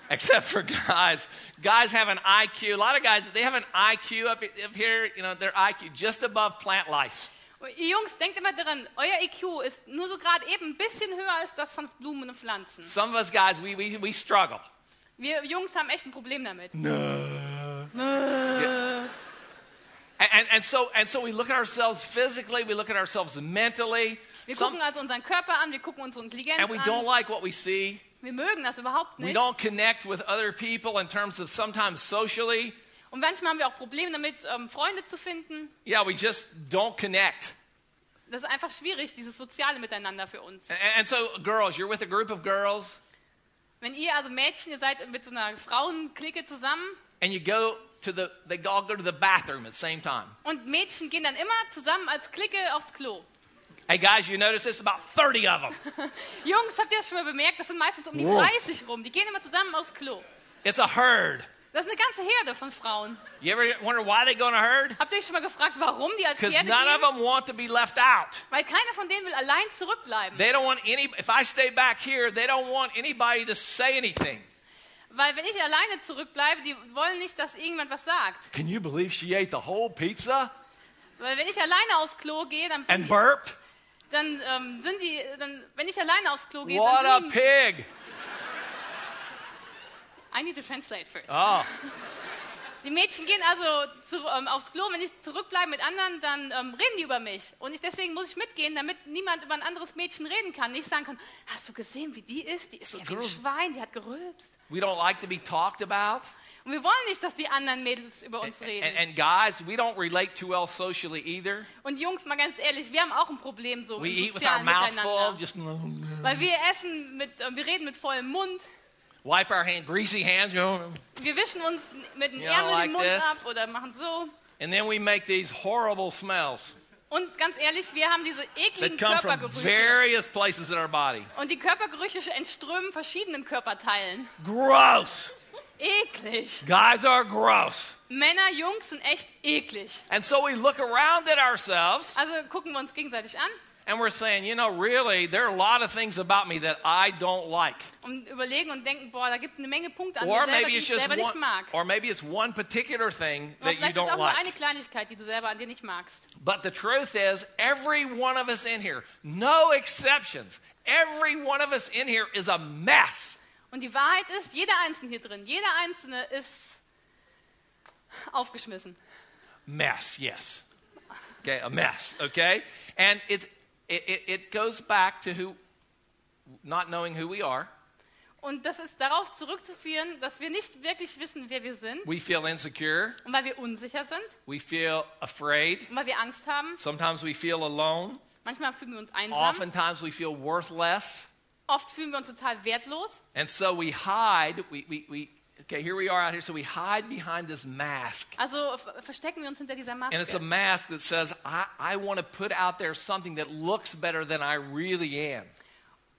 Speaker 1: Except for guys. Guys have an IQ. A lot of guys, they have an IQ up, up here, you know, their IQ just above plant life.
Speaker 2: Und ihr Jungs, denkt immer daran, euer IQ ist nur so gerade eben ein bisschen höher als das von Blumen und Pflanzen.
Speaker 1: Some of us guys, we, we, we struggle.
Speaker 2: Wir Jungs haben echt ein Problem damit.
Speaker 1: And, and, and, so, and so we look at ourselves physically, we look at ourselves mentally,
Speaker 2: Wir
Speaker 1: some-
Speaker 2: gucken also unseren Körper an, wir gucken unsere Intelligenz
Speaker 1: and we don't
Speaker 2: an.
Speaker 1: like what we see.
Speaker 2: Wir mögen das überhaupt
Speaker 1: We
Speaker 2: nicht.
Speaker 1: don't connect with other people in terms of sometimes socially.
Speaker 2: Und manchmal haben wir auch Probleme damit, ähm, Freunde zu finden.
Speaker 1: Yeah, we just don't connect.
Speaker 2: Das ist einfach schwierig, dieses soziale Miteinander für uns.
Speaker 1: And, and so, girls, you're with a group of girls,
Speaker 2: Wenn ihr also Mädchen, ihr seid mit so einer Frauenklicke zusammen
Speaker 1: and you go to the, they all go to the bathroom at the same time.
Speaker 2: und Mädchen gehen dann immer zusammen als Clique aufs Klo.
Speaker 1: Hey, guys, you notice there's about 30 of them.
Speaker 2: Jungs, habt ihr das schon mal bemerkt? Das sind meistens um die 30 rum. Die gehen immer zusammen aufs Klo.
Speaker 1: It's a herd.
Speaker 2: Das ist eine ganze Herde von Frauen.
Speaker 1: You ever wonder why they go in a herd?
Speaker 2: Habt ihr euch schon mal gefragt, warum die als
Speaker 1: Because
Speaker 2: Herde
Speaker 1: none of
Speaker 2: gehen?
Speaker 1: them want to be left out.
Speaker 2: Weil keiner von denen will allein zurückbleiben.
Speaker 1: They don't want any, if I stay back here, they don't want anybody to say anything.
Speaker 2: Weil wenn ich alleine zurückbleibe, die wollen nicht, dass irgendjemand was sagt.
Speaker 1: Can you believe she ate the whole pizza
Speaker 2: Weil wenn ich alleine aufs Klo gehe, dann,
Speaker 1: and burped?
Speaker 2: dann ähm, sind die, dann, wenn ich alleine aufs Klo gehe,
Speaker 1: What
Speaker 2: dann
Speaker 1: a
Speaker 2: sind die,
Speaker 1: pig.
Speaker 2: I need to translate first.
Speaker 1: Oh.
Speaker 2: Die Mädchen gehen also zu, ähm, aufs Klo, wenn ich zurückbleibe mit anderen, dann ähm, reden die über mich. Und ich, deswegen muss ich mitgehen, damit niemand über ein anderes Mädchen reden kann. Nicht sagen kann, hast du gesehen, wie die ist? Die ist ja wie ein
Speaker 1: groß.
Speaker 2: Schwein, die hat gerülpst.
Speaker 1: We don't like to be talked about.
Speaker 2: Und wir wollen nicht, dass die anderen Mädels über uns reden.
Speaker 1: And, and guys, we don't relate too well socially either.
Speaker 2: Und Jungs, mal ganz ehrlich, wir haben auch ein Problem so
Speaker 1: We
Speaker 2: im
Speaker 1: eat with our
Speaker 2: sozialen
Speaker 1: mouth full,
Speaker 2: Miteinander.
Speaker 1: just
Speaker 2: Weil wir essen, mit, äh, wir reden mit vollem Mund.
Speaker 1: wipe our hand, greasy hands, you know,
Speaker 2: Wir wischen uns mit dem
Speaker 1: You don't
Speaker 2: Ärmel den
Speaker 1: like
Speaker 2: Mund
Speaker 1: this?
Speaker 2: ab oder machen so.
Speaker 1: and then we make these horrible smells
Speaker 2: Und ganz ehrlich, wir haben diese
Speaker 1: that
Speaker 2: ekligen
Speaker 1: come from
Speaker 2: Körpergerüche.
Speaker 1: various places in our body.
Speaker 2: Und die Körpergerüche entströmen verschiedenen Körperteilen.
Speaker 1: Gross.
Speaker 2: Eklig.
Speaker 1: Guys are gross.
Speaker 2: Männer, Jungs sind echt eklig.
Speaker 1: And so we look around at ourselves
Speaker 2: Also gucken wir uns gegenseitig an
Speaker 1: and we're saying, you know, really, there are a lot of things about me that I don't like.
Speaker 2: und überlegen und denken, boah, da gibt eine Menge Punkte an
Speaker 1: Or
Speaker 2: mir selber,
Speaker 1: maybe
Speaker 2: die
Speaker 1: it's
Speaker 2: ich
Speaker 1: just
Speaker 2: selber nicht
Speaker 1: one,
Speaker 2: mag.
Speaker 1: or maybe it's one particular thing
Speaker 2: Aber
Speaker 1: that you
Speaker 2: vielleicht ist auch
Speaker 1: don't
Speaker 2: nur eine
Speaker 1: like.
Speaker 2: Kleinigkeit, die du selber an dir nicht magst.
Speaker 1: But the truth is, every one of us in here, no exceptions, every one of us in here is a mess.
Speaker 2: Und die Wahrheit ist, jeder Einzelne hier drin, jeder Einzelne ist aufgeschmissen.
Speaker 1: Mess, yes. Okay, a mess, okay? And it's, it, it, it goes back to who, not knowing who we are.
Speaker 2: Und das ist darauf zurückzuführen, dass wir nicht wirklich wissen, wer wir sind.
Speaker 1: We feel insecure.
Speaker 2: Und weil wir unsicher sind
Speaker 1: We feel afraid.
Speaker 2: und weil wir Angst haben.
Speaker 1: Sometimes we feel alone.
Speaker 2: Manchmal fühlen wir uns einsam.
Speaker 1: Oftentimes we feel worthless.
Speaker 2: Oft fühlen wir uns total wertlos.
Speaker 1: And so we hide. We, we, we, okay, here we are out here. So we hide behind this mask.
Speaker 2: Also v- verstecken wir uns hinter dieser
Speaker 1: And it's a mask
Speaker 2: Maske.
Speaker 1: that says, I, I want to put out there something that looks better than I really am.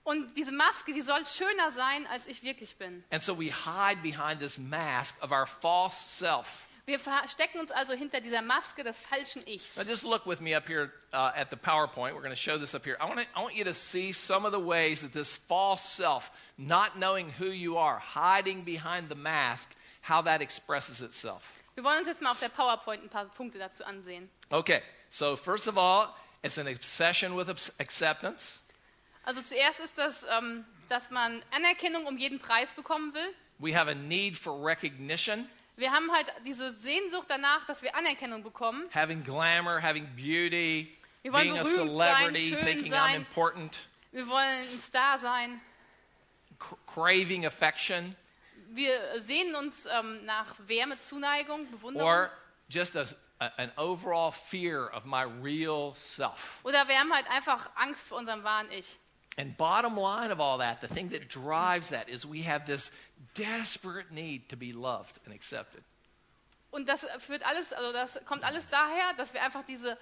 Speaker 2: Und diese Maske, die soll schöner sein, als ich wirklich bin.
Speaker 1: And so we hide behind this mask of our false self.
Speaker 2: Wir verstecken uns also hinter dieser Maske des falschen Ichs.
Speaker 1: Now, just look with me up here uh, at the PowerPoint. We're going to show this up here. I want, to, I want you to see some of the ways that this false self, not knowing who you are, hiding behind the mask, how that expresses itself.
Speaker 2: Wir wollen uns jetzt mal auf der PowerPoint ein paar Punkte dazu ansehen.
Speaker 1: Okay, so first of all, it's an obsession with abs- acceptance.
Speaker 2: Also zuerst ist das, ähm, dass man Anerkennung um jeden Preis bekommen will.
Speaker 1: We have a need for recognition,
Speaker 2: Wir haben halt diese Sehnsucht danach, dass wir Anerkennung bekommen.
Speaker 1: having glamour, having beauty,
Speaker 2: Wir wollen
Speaker 1: being a
Speaker 2: berühmt sein,
Speaker 1: celebrity,
Speaker 2: schön
Speaker 1: thinking
Speaker 2: sein.
Speaker 1: I'm important,
Speaker 2: Wir wollen ein Star sein.
Speaker 1: cr- craving affection,
Speaker 2: Wir sehen uns ähm, nach Wärme, Zuneigung, Bewunderung.
Speaker 1: or just a, a- an overall fear of my real self.
Speaker 2: Oder wir haben halt einfach Angst vor unserem wahren Ich.
Speaker 1: And bottom line of all that, the thing that drives that is we have this desperate need to be loved and accepted.
Speaker 2: Und das führt alles, also das kommt alles daher, dass wir einfach diese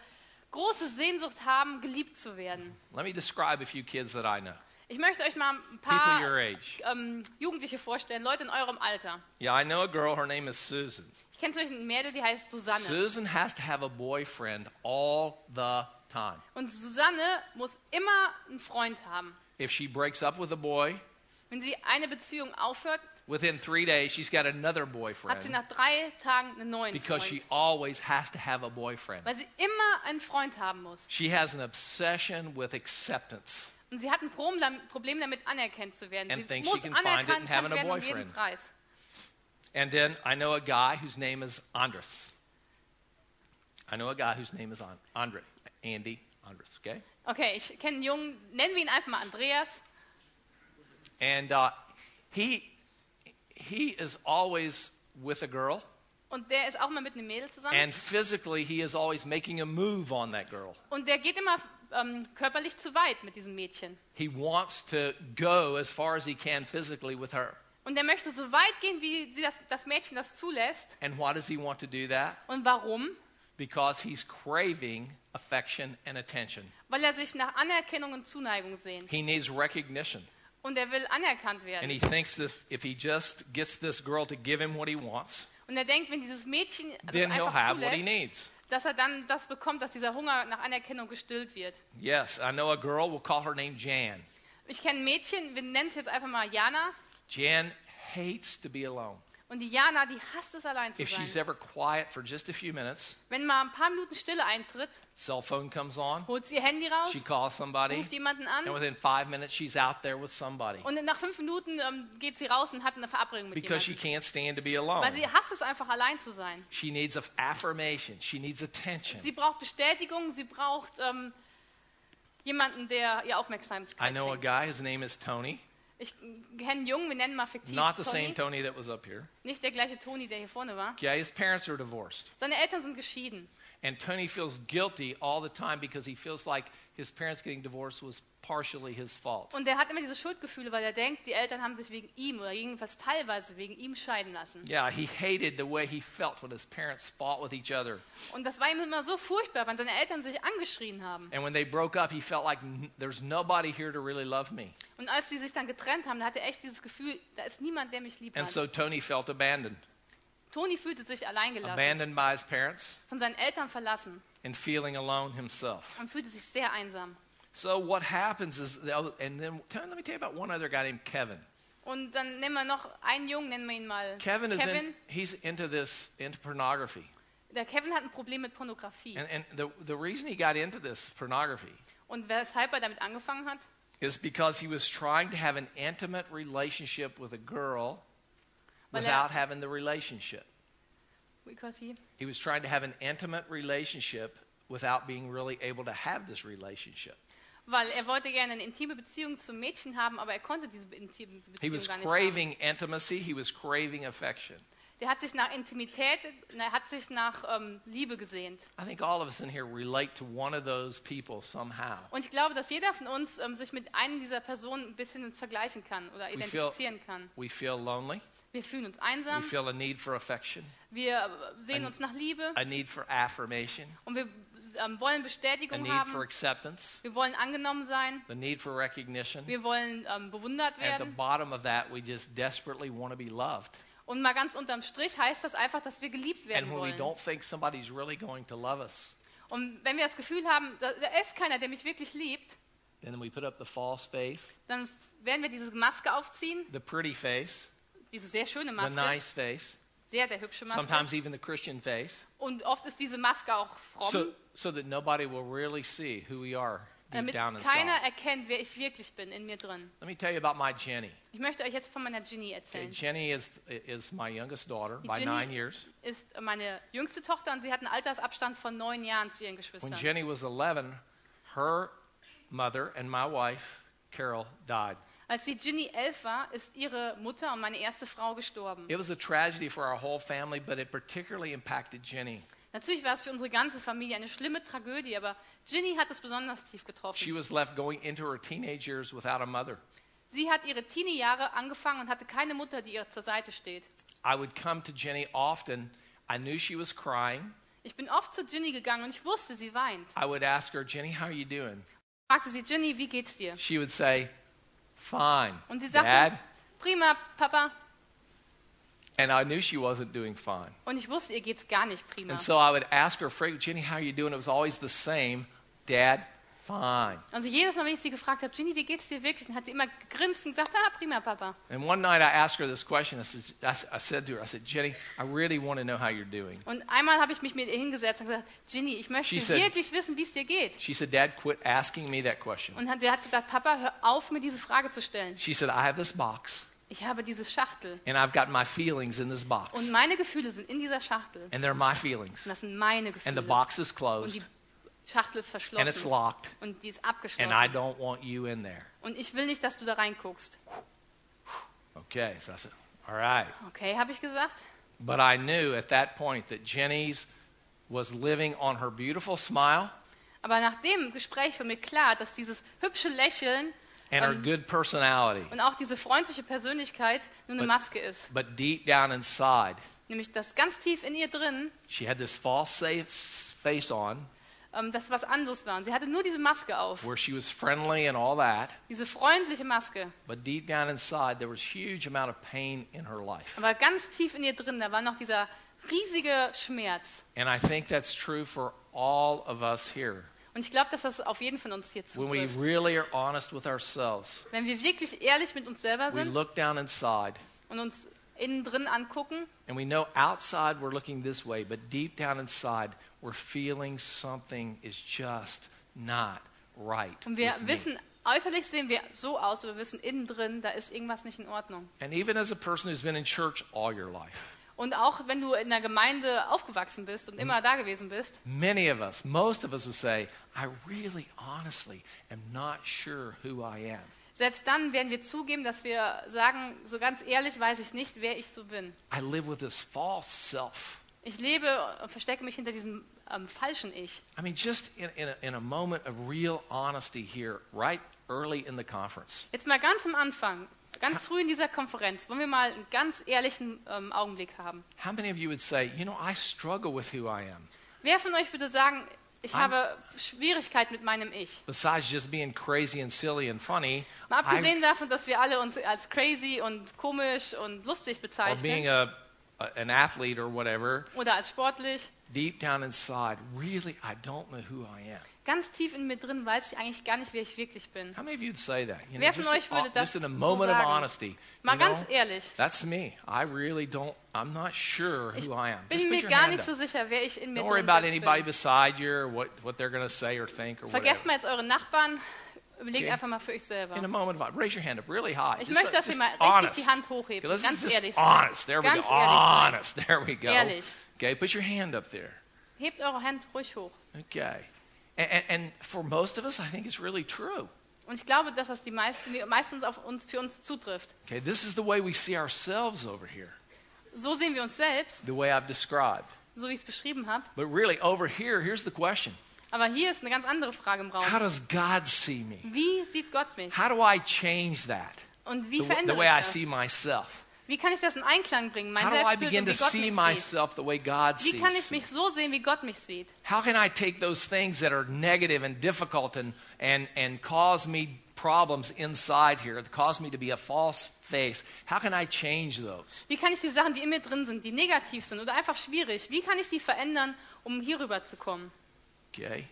Speaker 2: große Sehnsucht haben, geliebt zu werden.
Speaker 1: Let me describe a few kids that I know,
Speaker 2: Ich möchte euch mal ein
Speaker 1: people your
Speaker 2: paar
Speaker 1: age.
Speaker 2: ähm, Jugendliche vorstellen, Leute in eurem Alter.
Speaker 1: Yeah, I know a girl, her name is Susan.
Speaker 2: Ich kenne zum Beispiel eine Mädel, die heißt Susanne.
Speaker 1: Susan has to have a boyfriend all the time.
Speaker 2: Und Susanne muss immer einen Freund haben.
Speaker 1: If she breaks up with a boy,
Speaker 2: Wenn sie eine Beziehung aufhört,
Speaker 1: within three days she's got another
Speaker 2: hat sie
Speaker 1: boyfriend
Speaker 2: nach drei Tagen einen neuen
Speaker 1: because she
Speaker 2: Freund.
Speaker 1: always has to have a boyfriend.
Speaker 2: Weil sie immer einen Freund haben muss.
Speaker 1: She has an obsession with acceptance.
Speaker 2: Und sie hat ein Problem, dam- Problem damit, anerkannt zu werden.
Speaker 1: And
Speaker 2: sie
Speaker 1: thinks she
Speaker 2: muss
Speaker 1: can find it
Speaker 2: anerkannt
Speaker 1: and have
Speaker 2: werden
Speaker 1: a
Speaker 2: um jeden
Speaker 1: boyfriend.
Speaker 2: Preis.
Speaker 1: And then I know a guy whose name is Andres. I know a guy whose name is An- Andre, Andy Andres, okay?
Speaker 2: Okay, ich kenne einen Jungen, nennen wir ihn einfach mal Andreas.
Speaker 1: And uh, he, he is always with a girl,
Speaker 2: Und der ist auch mal mit einem Mädel zusammen.
Speaker 1: and physically he is always making a move on that girl.
Speaker 2: und der geht immer ähm, körperlich zu weit mit diesem Mädchen.
Speaker 1: He wants to go as far as he can physically with her.
Speaker 2: Und der möchte so weit gehen, wie sie das, das Mädchen das zulässt.
Speaker 1: And why does he want to do that?
Speaker 2: Und warum?
Speaker 1: Because he's craving affection and attention.
Speaker 2: Weil er sich nach Anerkennung und Zuneigung sehnt.
Speaker 1: He needs recognition.
Speaker 2: Und er will anerkannt werden.
Speaker 1: And he thinks this, if he just gets this girl to give him what he wants,
Speaker 2: Und er denkt, wenn dieses Mädchen das
Speaker 1: then he'll
Speaker 2: einfach
Speaker 1: have what he
Speaker 2: zulässt,
Speaker 1: needs.
Speaker 2: dass er dann das bekommt, dass dieser Hunger nach Anerkennung gestillt wird.
Speaker 1: Yes, I know a girl, we'll call her name Jan.
Speaker 2: Ich kenne ein Mädchen, wir nennen es jetzt einfach mal Jana.
Speaker 1: Jan hates to be alone.
Speaker 2: Und die Jana, die hasst es, allein zu
Speaker 1: If she's
Speaker 2: sein.
Speaker 1: ever quiet for just a few minutes,
Speaker 2: Wenn mal ein paar Minuten Stille eintritt,
Speaker 1: cell phone comes on,
Speaker 2: holt sie ihr Handy raus,
Speaker 1: she calls somebody,
Speaker 2: ruft jemanden
Speaker 1: and
Speaker 2: an
Speaker 1: within five minutes, she's out there with somebody
Speaker 2: und nach fünf Minuten ähm, geht sie raus und hat eine Verabredung mit
Speaker 1: because she
Speaker 2: jemandem.
Speaker 1: can't stand to be alone.
Speaker 2: Weil sie hasst es einfach, allein zu sein.
Speaker 1: She needs aff- affirmation, she needs attention.
Speaker 2: Sie braucht Bestätigung, sie braucht ähm, jemanden, der ihr
Speaker 1: I
Speaker 2: Aufmerksamkeit
Speaker 1: know a
Speaker 2: schenkt.
Speaker 1: guy, his name is Tony,
Speaker 2: Ich kenne einen Jungen, wir nennen mal fiktiv
Speaker 1: not the
Speaker 2: Tony.
Speaker 1: same Tony that was up here.
Speaker 2: Nicht der gleiche Toni, der hier vorne war.
Speaker 1: Okay, his parents are divorced.
Speaker 2: Seine Eltern sind geschieden.
Speaker 1: And Tony feels guilty all the time because he feels like his parents getting divorced was partially his fault.
Speaker 2: Und er hat immer diese Schuldgefühle, weil er denkt, die Eltern haben sich wegen ihm oder jedenfalls teilweise wegen ihm scheiden lassen.
Speaker 1: Yeah, he hated the way he felt when his parents fought with each other.
Speaker 2: Und das war ihm immer so furchtbar, wenn seine Eltern sich angeschrien haben.
Speaker 1: And when they broke up, he felt like "N- there's nobody here to really love me.
Speaker 2: Und als sie sich dann getrennt haben, da hatte er echt dieses Gefühl, da ist niemand, der mich liebt.
Speaker 1: And so Tony felt abandoned.
Speaker 2: Toni fühlte sich alleingelassen,
Speaker 1: Abandoned by his parents
Speaker 2: von seinen Eltern verlassen
Speaker 1: and feeling alone himself.
Speaker 2: und fühlte sich sehr einsam.
Speaker 1: So what happens is, and then Tony, let me tell you about one other guy named Kevin.
Speaker 2: Und dann nehmen wir noch einen Jungen, nennen wir ihn mal
Speaker 1: Kevin is in, he's into this, into pornography.
Speaker 2: der Kevin hat ein Problem mit Pornografie.
Speaker 1: And, and the, the reason he got into this pornography
Speaker 2: Und weshalb er damit angefangen hat,
Speaker 1: is because he was trying to have an intimate relationship with a girl
Speaker 2: Well,
Speaker 1: without
Speaker 2: that-
Speaker 1: having the relationship.
Speaker 2: because he
Speaker 1: He was trying to have an intimate relationship without being really able to have this relationship.
Speaker 2: Weil er wollte gerne eine intime Beziehung zum Mädchen haben, aber er konnte diese be- intime
Speaker 1: He
Speaker 2: Beziehung
Speaker 1: was
Speaker 2: gar nicht haben.
Speaker 1: craving intimacy, he was craving affection.
Speaker 2: Der hat sich nach Intimität, er hat sich nach ähm, Liebe gesehnt.
Speaker 1: I think all of us in here relate to one of those people somehow.
Speaker 2: Und ich glaube, dass jeder von uns ähm, sich mit einer dieser Personen ein bisschen vergleichen kann oder
Speaker 1: We feel,
Speaker 2: identifizieren kann.
Speaker 1: we feel lonely,
Speaker 2: Wir fühlen uns
Speaker 1: we
Speaker 2: einsam,
Speaker 1: feel a need for affection,
Speaker 2: wir äh, sehen
Speaker 1: Ein-
Speaker 2: uns nach Liebe
Speaker 1: a need for affirmation,
Speaker 2: und wir ähm, wollen
Speaker 1: a
Speaker 2: Bestätigung
Speaker 1: need for
Speaker 2: haben,
Speaker 1: acceptance,
Speaker 2: wir wollen angenommen sein,
Speaker 1: the need for recognition.
Speaker 2: wir wollen ähm, bewundert
Speaker 1: At the
Speaker 2: werden.
Speaker 1: bottom of that, we just desperately want to be loved.
Speaker 2: Und mal ganz unterm Strich heißt das einfach, dass wir geliebt werden
Speaker 1: And when we
Speaker 2: wollen.
Speaker 1: don't think somebody's really going to love us,
Speaker 2: Und wenn wir das Gefühl haben, da, da ist keiner, der mich wirklich liebt,
Speaker 1: then we put up the false face,
Speaker 2: dann f- werden wir diese Maske aufziehen,
Speaker 1: the pretty face,
Speaker 2: diese sehr schöne
Speaker 1: the
Speaker 2: Maske,
Speaker 1: nice face,
Speaker 2: sehr, sehr hübsche Maske.
Speaker 1: sometimes even the Christian face,
Speaker 2: Und oft ist diese Maske auch fromm,
Speaker 1: so, so that nobody will really see who we are deep
Speaker 2: damit
Speaker 1: down
Speaker 2: keiner
Speaker 1: inside.
Speaker 2: erkennt, wer ich wirklich bin in mir drin.
Speaker 1: Let me tell you about my Jenny.
Speaker 2: Ich möchte euch jetzt von meiner Ginny
Speaker 1: Okay,
Speaker 2: erzählen.
Speaker 1: Jenny is, is my youngest daughter
Speaker 2: Die
Speaker 1: by
Speaker 2: Jenny-
Speaker 1: nine years.
Speaker 2: Ist meine jüngste Tochter und sie hat einen Altersabstand von neun Jahren zu ihren
Speaker 1: When
Speaker 2: Geschwistern.
Speaker 1: Jenny was 11, her mother and my wife, Carol, died.
Speaker 2: Als die Ginny elf war, ist ihre Mutter und meine erste Frau gestorben.
Speaker 1: It was a tragedy for our whole family, but it particularly impacted Jenny.
Speaker 2: Natürlich war es für unsere ganze Familie eine schlimme Tragödie, aber Ginny hat es besonders tief
Speaker 1: She
Speaker 2: getroffen.
Speaker 1: was left going into her teenage years without a mother.
Speaker 2: Sie hat ihre Teenie-Jahre angefangen und hatte keine Mutter, die ihr zur Seite steht.
Speaker 1: I would come to Jenny often. I knew she was crying.
Speaker 2: Ich bin oft zu Ginny gegangen und ich wusste, sie weint.
Speaker 1: I would ask her, Jenny, how are you doing?
Speaker 2: Fragte sie, Ginny, wie geht's dir?
Speaker 1: She would say, fine.
Speaker 2: Und sie sagte,
Speaker 1: Dad.
Speaker 2: prima, Papa.
Speaker 1: And I knew she wasn't doing fine.
Speaker 2: Und ich wusste, ihr geht's gar nicht prima.
Speaker 1: And so I would ask her, Frank, Jenny, how are you doing? It was always the same. Dad, fine.
Speaker 2: Also jedes Mal, wenn ich sie gefragt habe, Ginny, wie geht's dir wirklich? Dann hat sie immer gegrinst und gesagt, ah, prima, Papa.
Speaker 1: And one night I asked her this question. I said, I s- I said to her, I said, Jenny, I really want to know how you're doing.
Speaker 2: Und einmal habe ich mich mit ihr hingesetzt und gesagt, Ginny, ich möchte
Speaker 1: She said-
Speaker 2: wirklich wissen, wie es dir geht.
Speaker 1: She said, Dad, quit asking me that question.
Speaker 2: Und hat, sie hat gesagt, Papa, hör auf, mir diese Frage zu stellen.
Speaker 1: She said, I have this box,
Speaker 2: Ich habe diese Schachtel
Speaker 1: and I've got my feelings in this
Speaker 2: und
Speaker 1: box.
Speaker 2: meine Gefühle sind in dieser Schachtel. Und
Speaker 1: And they're my feelings.
Speaker 2: das sind meine
Speaker 1: And the
Speaker 2: Gefühle.
Speaker 1: box is
Speaker 2: Und
Speaker 1: closed,
Speaker 2: die Schachtel ist
Speaker 1: and it's
Speaker 2: verschlossen
Speaker 1: locked,
Speaker 2: und die ist
Speaker 1: and I
Speaker 2: abgeschlossen.
Speaker 1: don't want you in there.
Speaker 2: Und ich will nicht, dass du da reinguckst.
Speaker 1: Okay, so I said, All right.
Speaker 2: Okay, habe ich gesagt.
Speaker 1: But I knew at that point that Jenny's was living on her beautiful smile
Speaker 2: Aber nach dem Gespräch war mir klar, dass dieses hübsche Lächeln
Speaker 1: and her
Speaker 2: Ähm,
Speaker 1: good personality.
Speaker 2: und auch diese freundliche Persönlichkeit nur eine
Speaker 1: Und-
Speaker 2: Maske ist.
Speaker 1: But deep down inside,
Speaker 2: Nämlich das ganz tief in ihr drin,
Speaker 1: she had this false sa- face on
Speaker 2: ähm, dass was anderes war. Und sie hatte nur diese Maske auf,
Speaker 1: where she was friendly and all that.
Speaker 2: diese freundliche Maske.
Speaker 1: But deep down inside, there was huge amount of pain in her life.
Speaker 2: Aber ganz tief in ihr drin, da war noch dieser riesige Schmerz.
Speaker 1: And I think that's true for all of us here.
Speaker 2: Und ich glaube, dass das auf jeden von uns hier
Speaker 1: When we
Speaker 2: zutrifft.
Speaker 1: really are honest with ourselves,
Speaker 2: Wenn wir wirklich ehrlich mit uns selber
Speaker 1: we
Speaker 2: sind
Speaker 1: look down inside
Speaker 2: und uns innen drin angucken,
Speaker 1: and we know outside we're looking this way, but deep down inside we're feeling something is just not right.
Speaker 2: und wir
Speaker 1: with me.
Speaker 2: wissen, äußerlich sehen wir so aus, aber wir wissen innen drin, da ist irgendwas nicht in Ordnung.
Speaker 1: And even as a person who's been in church all your life,
Speaker 2: Und auch wenn du in der Gemeinde aufgewachsen bist
Speaker 1: Mhm.
Speaker 2: und immer da gewesen bist,
Speaker 1: many of us, most of us will say, I really honestly am not sure who I am.
Speaker 2: selbst dann werden wir zugeben, dass wir sagen, so ganz ehrlich weiß ich nicht, wer ich so bin.
Speaker 1: I live with this false self.
Speaker 2: Ich lebe und verstecke mich hinter diesem ähm, falschen Ich.
Speaker 1: I mean, just in, in, a, in a moment of real honesty here, right early in the conference,
Speaker 2: Jetzt mal ganz am Anfang, ganz früh in dieser Konferenz, wollen wir mal einen ganz ehrlichen ähm, Augenblick haben.
Speaker 1: how many of you would say, you know, I struggle with who I am,
Speaker 2: Wer von euch würde sagen, ich
Speaker 1: Ein-
Speaker 2: habe Schwierigkeit mit meinem Ich?
Speaker 1: besides just being crazy and silly and funny,
Speaker 2: Mal
Speaker 1: I-
Speaker 2: abgesehen davon, dass wir alle uns als crazy und komisch und lustig
Speaker 1: or being
Speaker 2: bezeichnen
Speaker 1: a, a, an athlete or whatever,
Speaker 2: oder als sportlich,
Speaker 1: deep down inside, really, I don't know who I am.
Speaker 2: ganz tief in mir drin weiß ich eigentlich gar nicht, wer ich wirklich bin.
Speaker 1: How many of you would say that? You
Speaker 2: Wer von
Speaker 1: just,
Speaker 2: euch würde
Speaker 1: uh,
Speaker 2: das
Speaker 1: just in a
Speaker 2: so
Speaker 1: moment of
Speaker 2: sagen?
Speaker 1: honesty.
Speaker 2: Mal
Speaker 1: you know,
Speaker 2: ganz ehrlich,
Speaker 1: That's me. I really don't, I'm not sure
Speaker 2: ich
Speaker 1: who I am. Just
Speaker 2: bin
Speaker 1: put
Speaker 2: mir
Speaker 1: your
Speaker 2: gar
Speaker 1: hand
Speaker 2: nicht
Speaker 1: up.
Speaker 2: so sicher, wer ich in mir
Speaker 1: Don't worry
Speaker 2: drin
Speaker 1: about
Speaker 2: selbst
Speaker 1: anybody
Speaker 2: bin.
Speaker 1: beside you or what, what they're going to say or think or whatever.
Speaker 2: Vergesst mal jetzt eure Nachbarn, überlegt
Speaker 1: Okay.
Speaker 2: einfach mal für euch
Speaker 1: In a
Speaker 2: selber.
Speaker 1: moment of raise your hand up really high.
Speaker 2: Ich
Speaker 1: Just-
Speaker 2: möchte, dass ihr
Speaker 1: just
Speaker 2: mal richtig
Speaker 1: honest.
Speaker 2: die Hand hochhebt.
Speaker 1: Okay, let's
Speaker 2: Ganz
Speaker 1: just
Speaker 2: ehrlich sein.
Speaker 1: honest. There we
Speaker 2: Ganz
Speaker 1: go.
Speaker 2: ehrlich
Speaker 1: Honest. There we go.
Speaker 2: Ehrlich.
Speaker 1: Okay, put your hand up there.
Speaker 2: Hebt eure Hand ruhig hoch.
Speaker 1: Okay. And, and, and for most of us, I think it's really true.
Speaker 2: Und ich glaube, dass das die meisten, die meistens auf uns, für uns zutrifft.
Speaker 1: Okay, this is the way we see ourselves over here,
Speaker 2: So sehen wir uns selbst,
Speaker 1: the way I've described.
Speaker 2: so wie ich es beschrieben habe.
Speaker 1: But really, over here, here's the question
Speaker 2: Aber hier ist eine ganz andere Frage im
Speaker 1: How
Speaker 2: Raum.
Speaker 1: does God see me?
Speaker 2: Wie sieht Gott mich?
Speaker 1: How do I change that?
Speaker 2: Und wie
Speaker 1: The, w- the
Speaker 2: verändere
Speaker 1: way I
Speaker 2: ich
Speaker 1: see
Speaker 2: das?
Speaker 1: myself.
Speaker 2: Wie kann ich das in Einklang bringen, mein
Speaker 1: How do I
Speaker 2: Selbstbild
Speaker 1: begin
Speaker 2: und
Speaker 1: to
Speaker 2: wie Gott
Speaker 1: see
Speaker 2: mich sieht?
Speaker 1: myself the way God
Speaker 2: Wie kann ich
Speaker 1: sees me?
Speaker 2: mich so sehen, wie Gott mich sieht?
Speaker 1: How can I take those things that are negative and difficult and, and, and cause me problems inside here, that cause me to be a false face? How can I change those?
Speaker 2: Wie kann ich die Sachen, die in mir drin sind, die negativ sind oder einfach schwierig, wie kann ich die verändern, um hierüber zu kommen?
Speaker 1: Okay.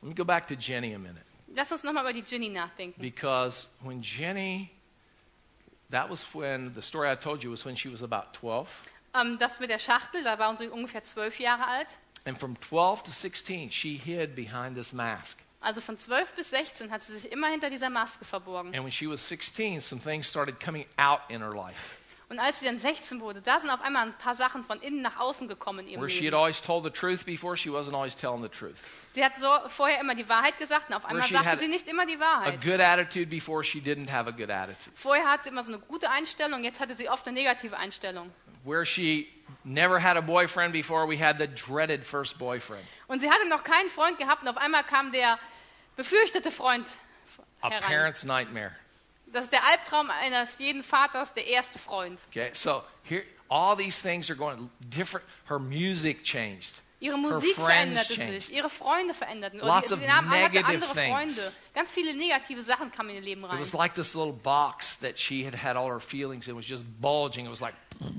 Speaker 1: Let me go back to Jenny a minute.
Speaker 2: Lass uns nochmal über die Ginny nachdenken.
Speaker 1: Because when Jenny, that was when, the story I told you was when she was about 12.
Speaker 2: Ähm, das mit der Schachtel, da war sie ungefähr zwölf Jahre alt.
Speaker 1: And from 12 to 16, she hid behind this mask.
Speaker 2: Also von 12 bis 16 hat sie sich immer hinter dieser Maske verborgen.
Speaker 1: And when she was 16, some things started coming out in her life.
Speaker 2: Und als sie dann 16 wurde, da sind auf einmal ein paar Sachen von innen nach außen gekommen in ihrem
Speaker 1: Where she had
Speaker 2: Leben.
Speaker 1: always told the truth before, she wasn't always telling the truth.
Speaker 2: Sie hat so vorher immer die Wahrheit gesagt und auf einmal
Speaker 1: she
Speaker 2: sagte
Speaker 1: had
Speaker 2: sie nicht immer die
Speaker 1: A
Speaker 2: Wahrheit.
Speaker 1: good attitude before, she didn't have a good attitude.
Speaker 2: Vorher hatte sie immer so eine gute Einstellung, jetzt hatte sie oft eine negative Einstellung.
Speaker 1: Where she never had a boyfriend before, we had the dreaded first boyfriend.
Speaker 2: Und sie hatte noch keinen Freund gehabt und auf einmal kam der befürchtete Freund
Speaker 1: A
Speaker 2: herein.
Speaker 1: parent's nightmare.
Speaker 2: Das ist der Albtraum eines jeden Vaters, der erste Freund.
Speaker 1: Okay, so here, all these things are going different. Her music changed.
Speaker 2: Ihre
Speaker 1: Her
Speaker 2: Musik
Speaker 1: friends
Speaker 2: veränderte
Speaker 1: changed.
Speaker 2: sich, ihre Freunde veränderten.
Speaker 1: Lots
Speaker 2: sie
Speaker 1: of
Speaker 2: nahm- hatte
Speaker 1: negative
Speaker 2: andere
Speaker 1: things.
Speaker 2: Freunde. Ganz viele negative Sachen kamen in ihr Leben
Speaker 1: It
Speaker 2: rein.
Speaker 1: was like this little box that she had had all her feelings in was just bulging. It was like,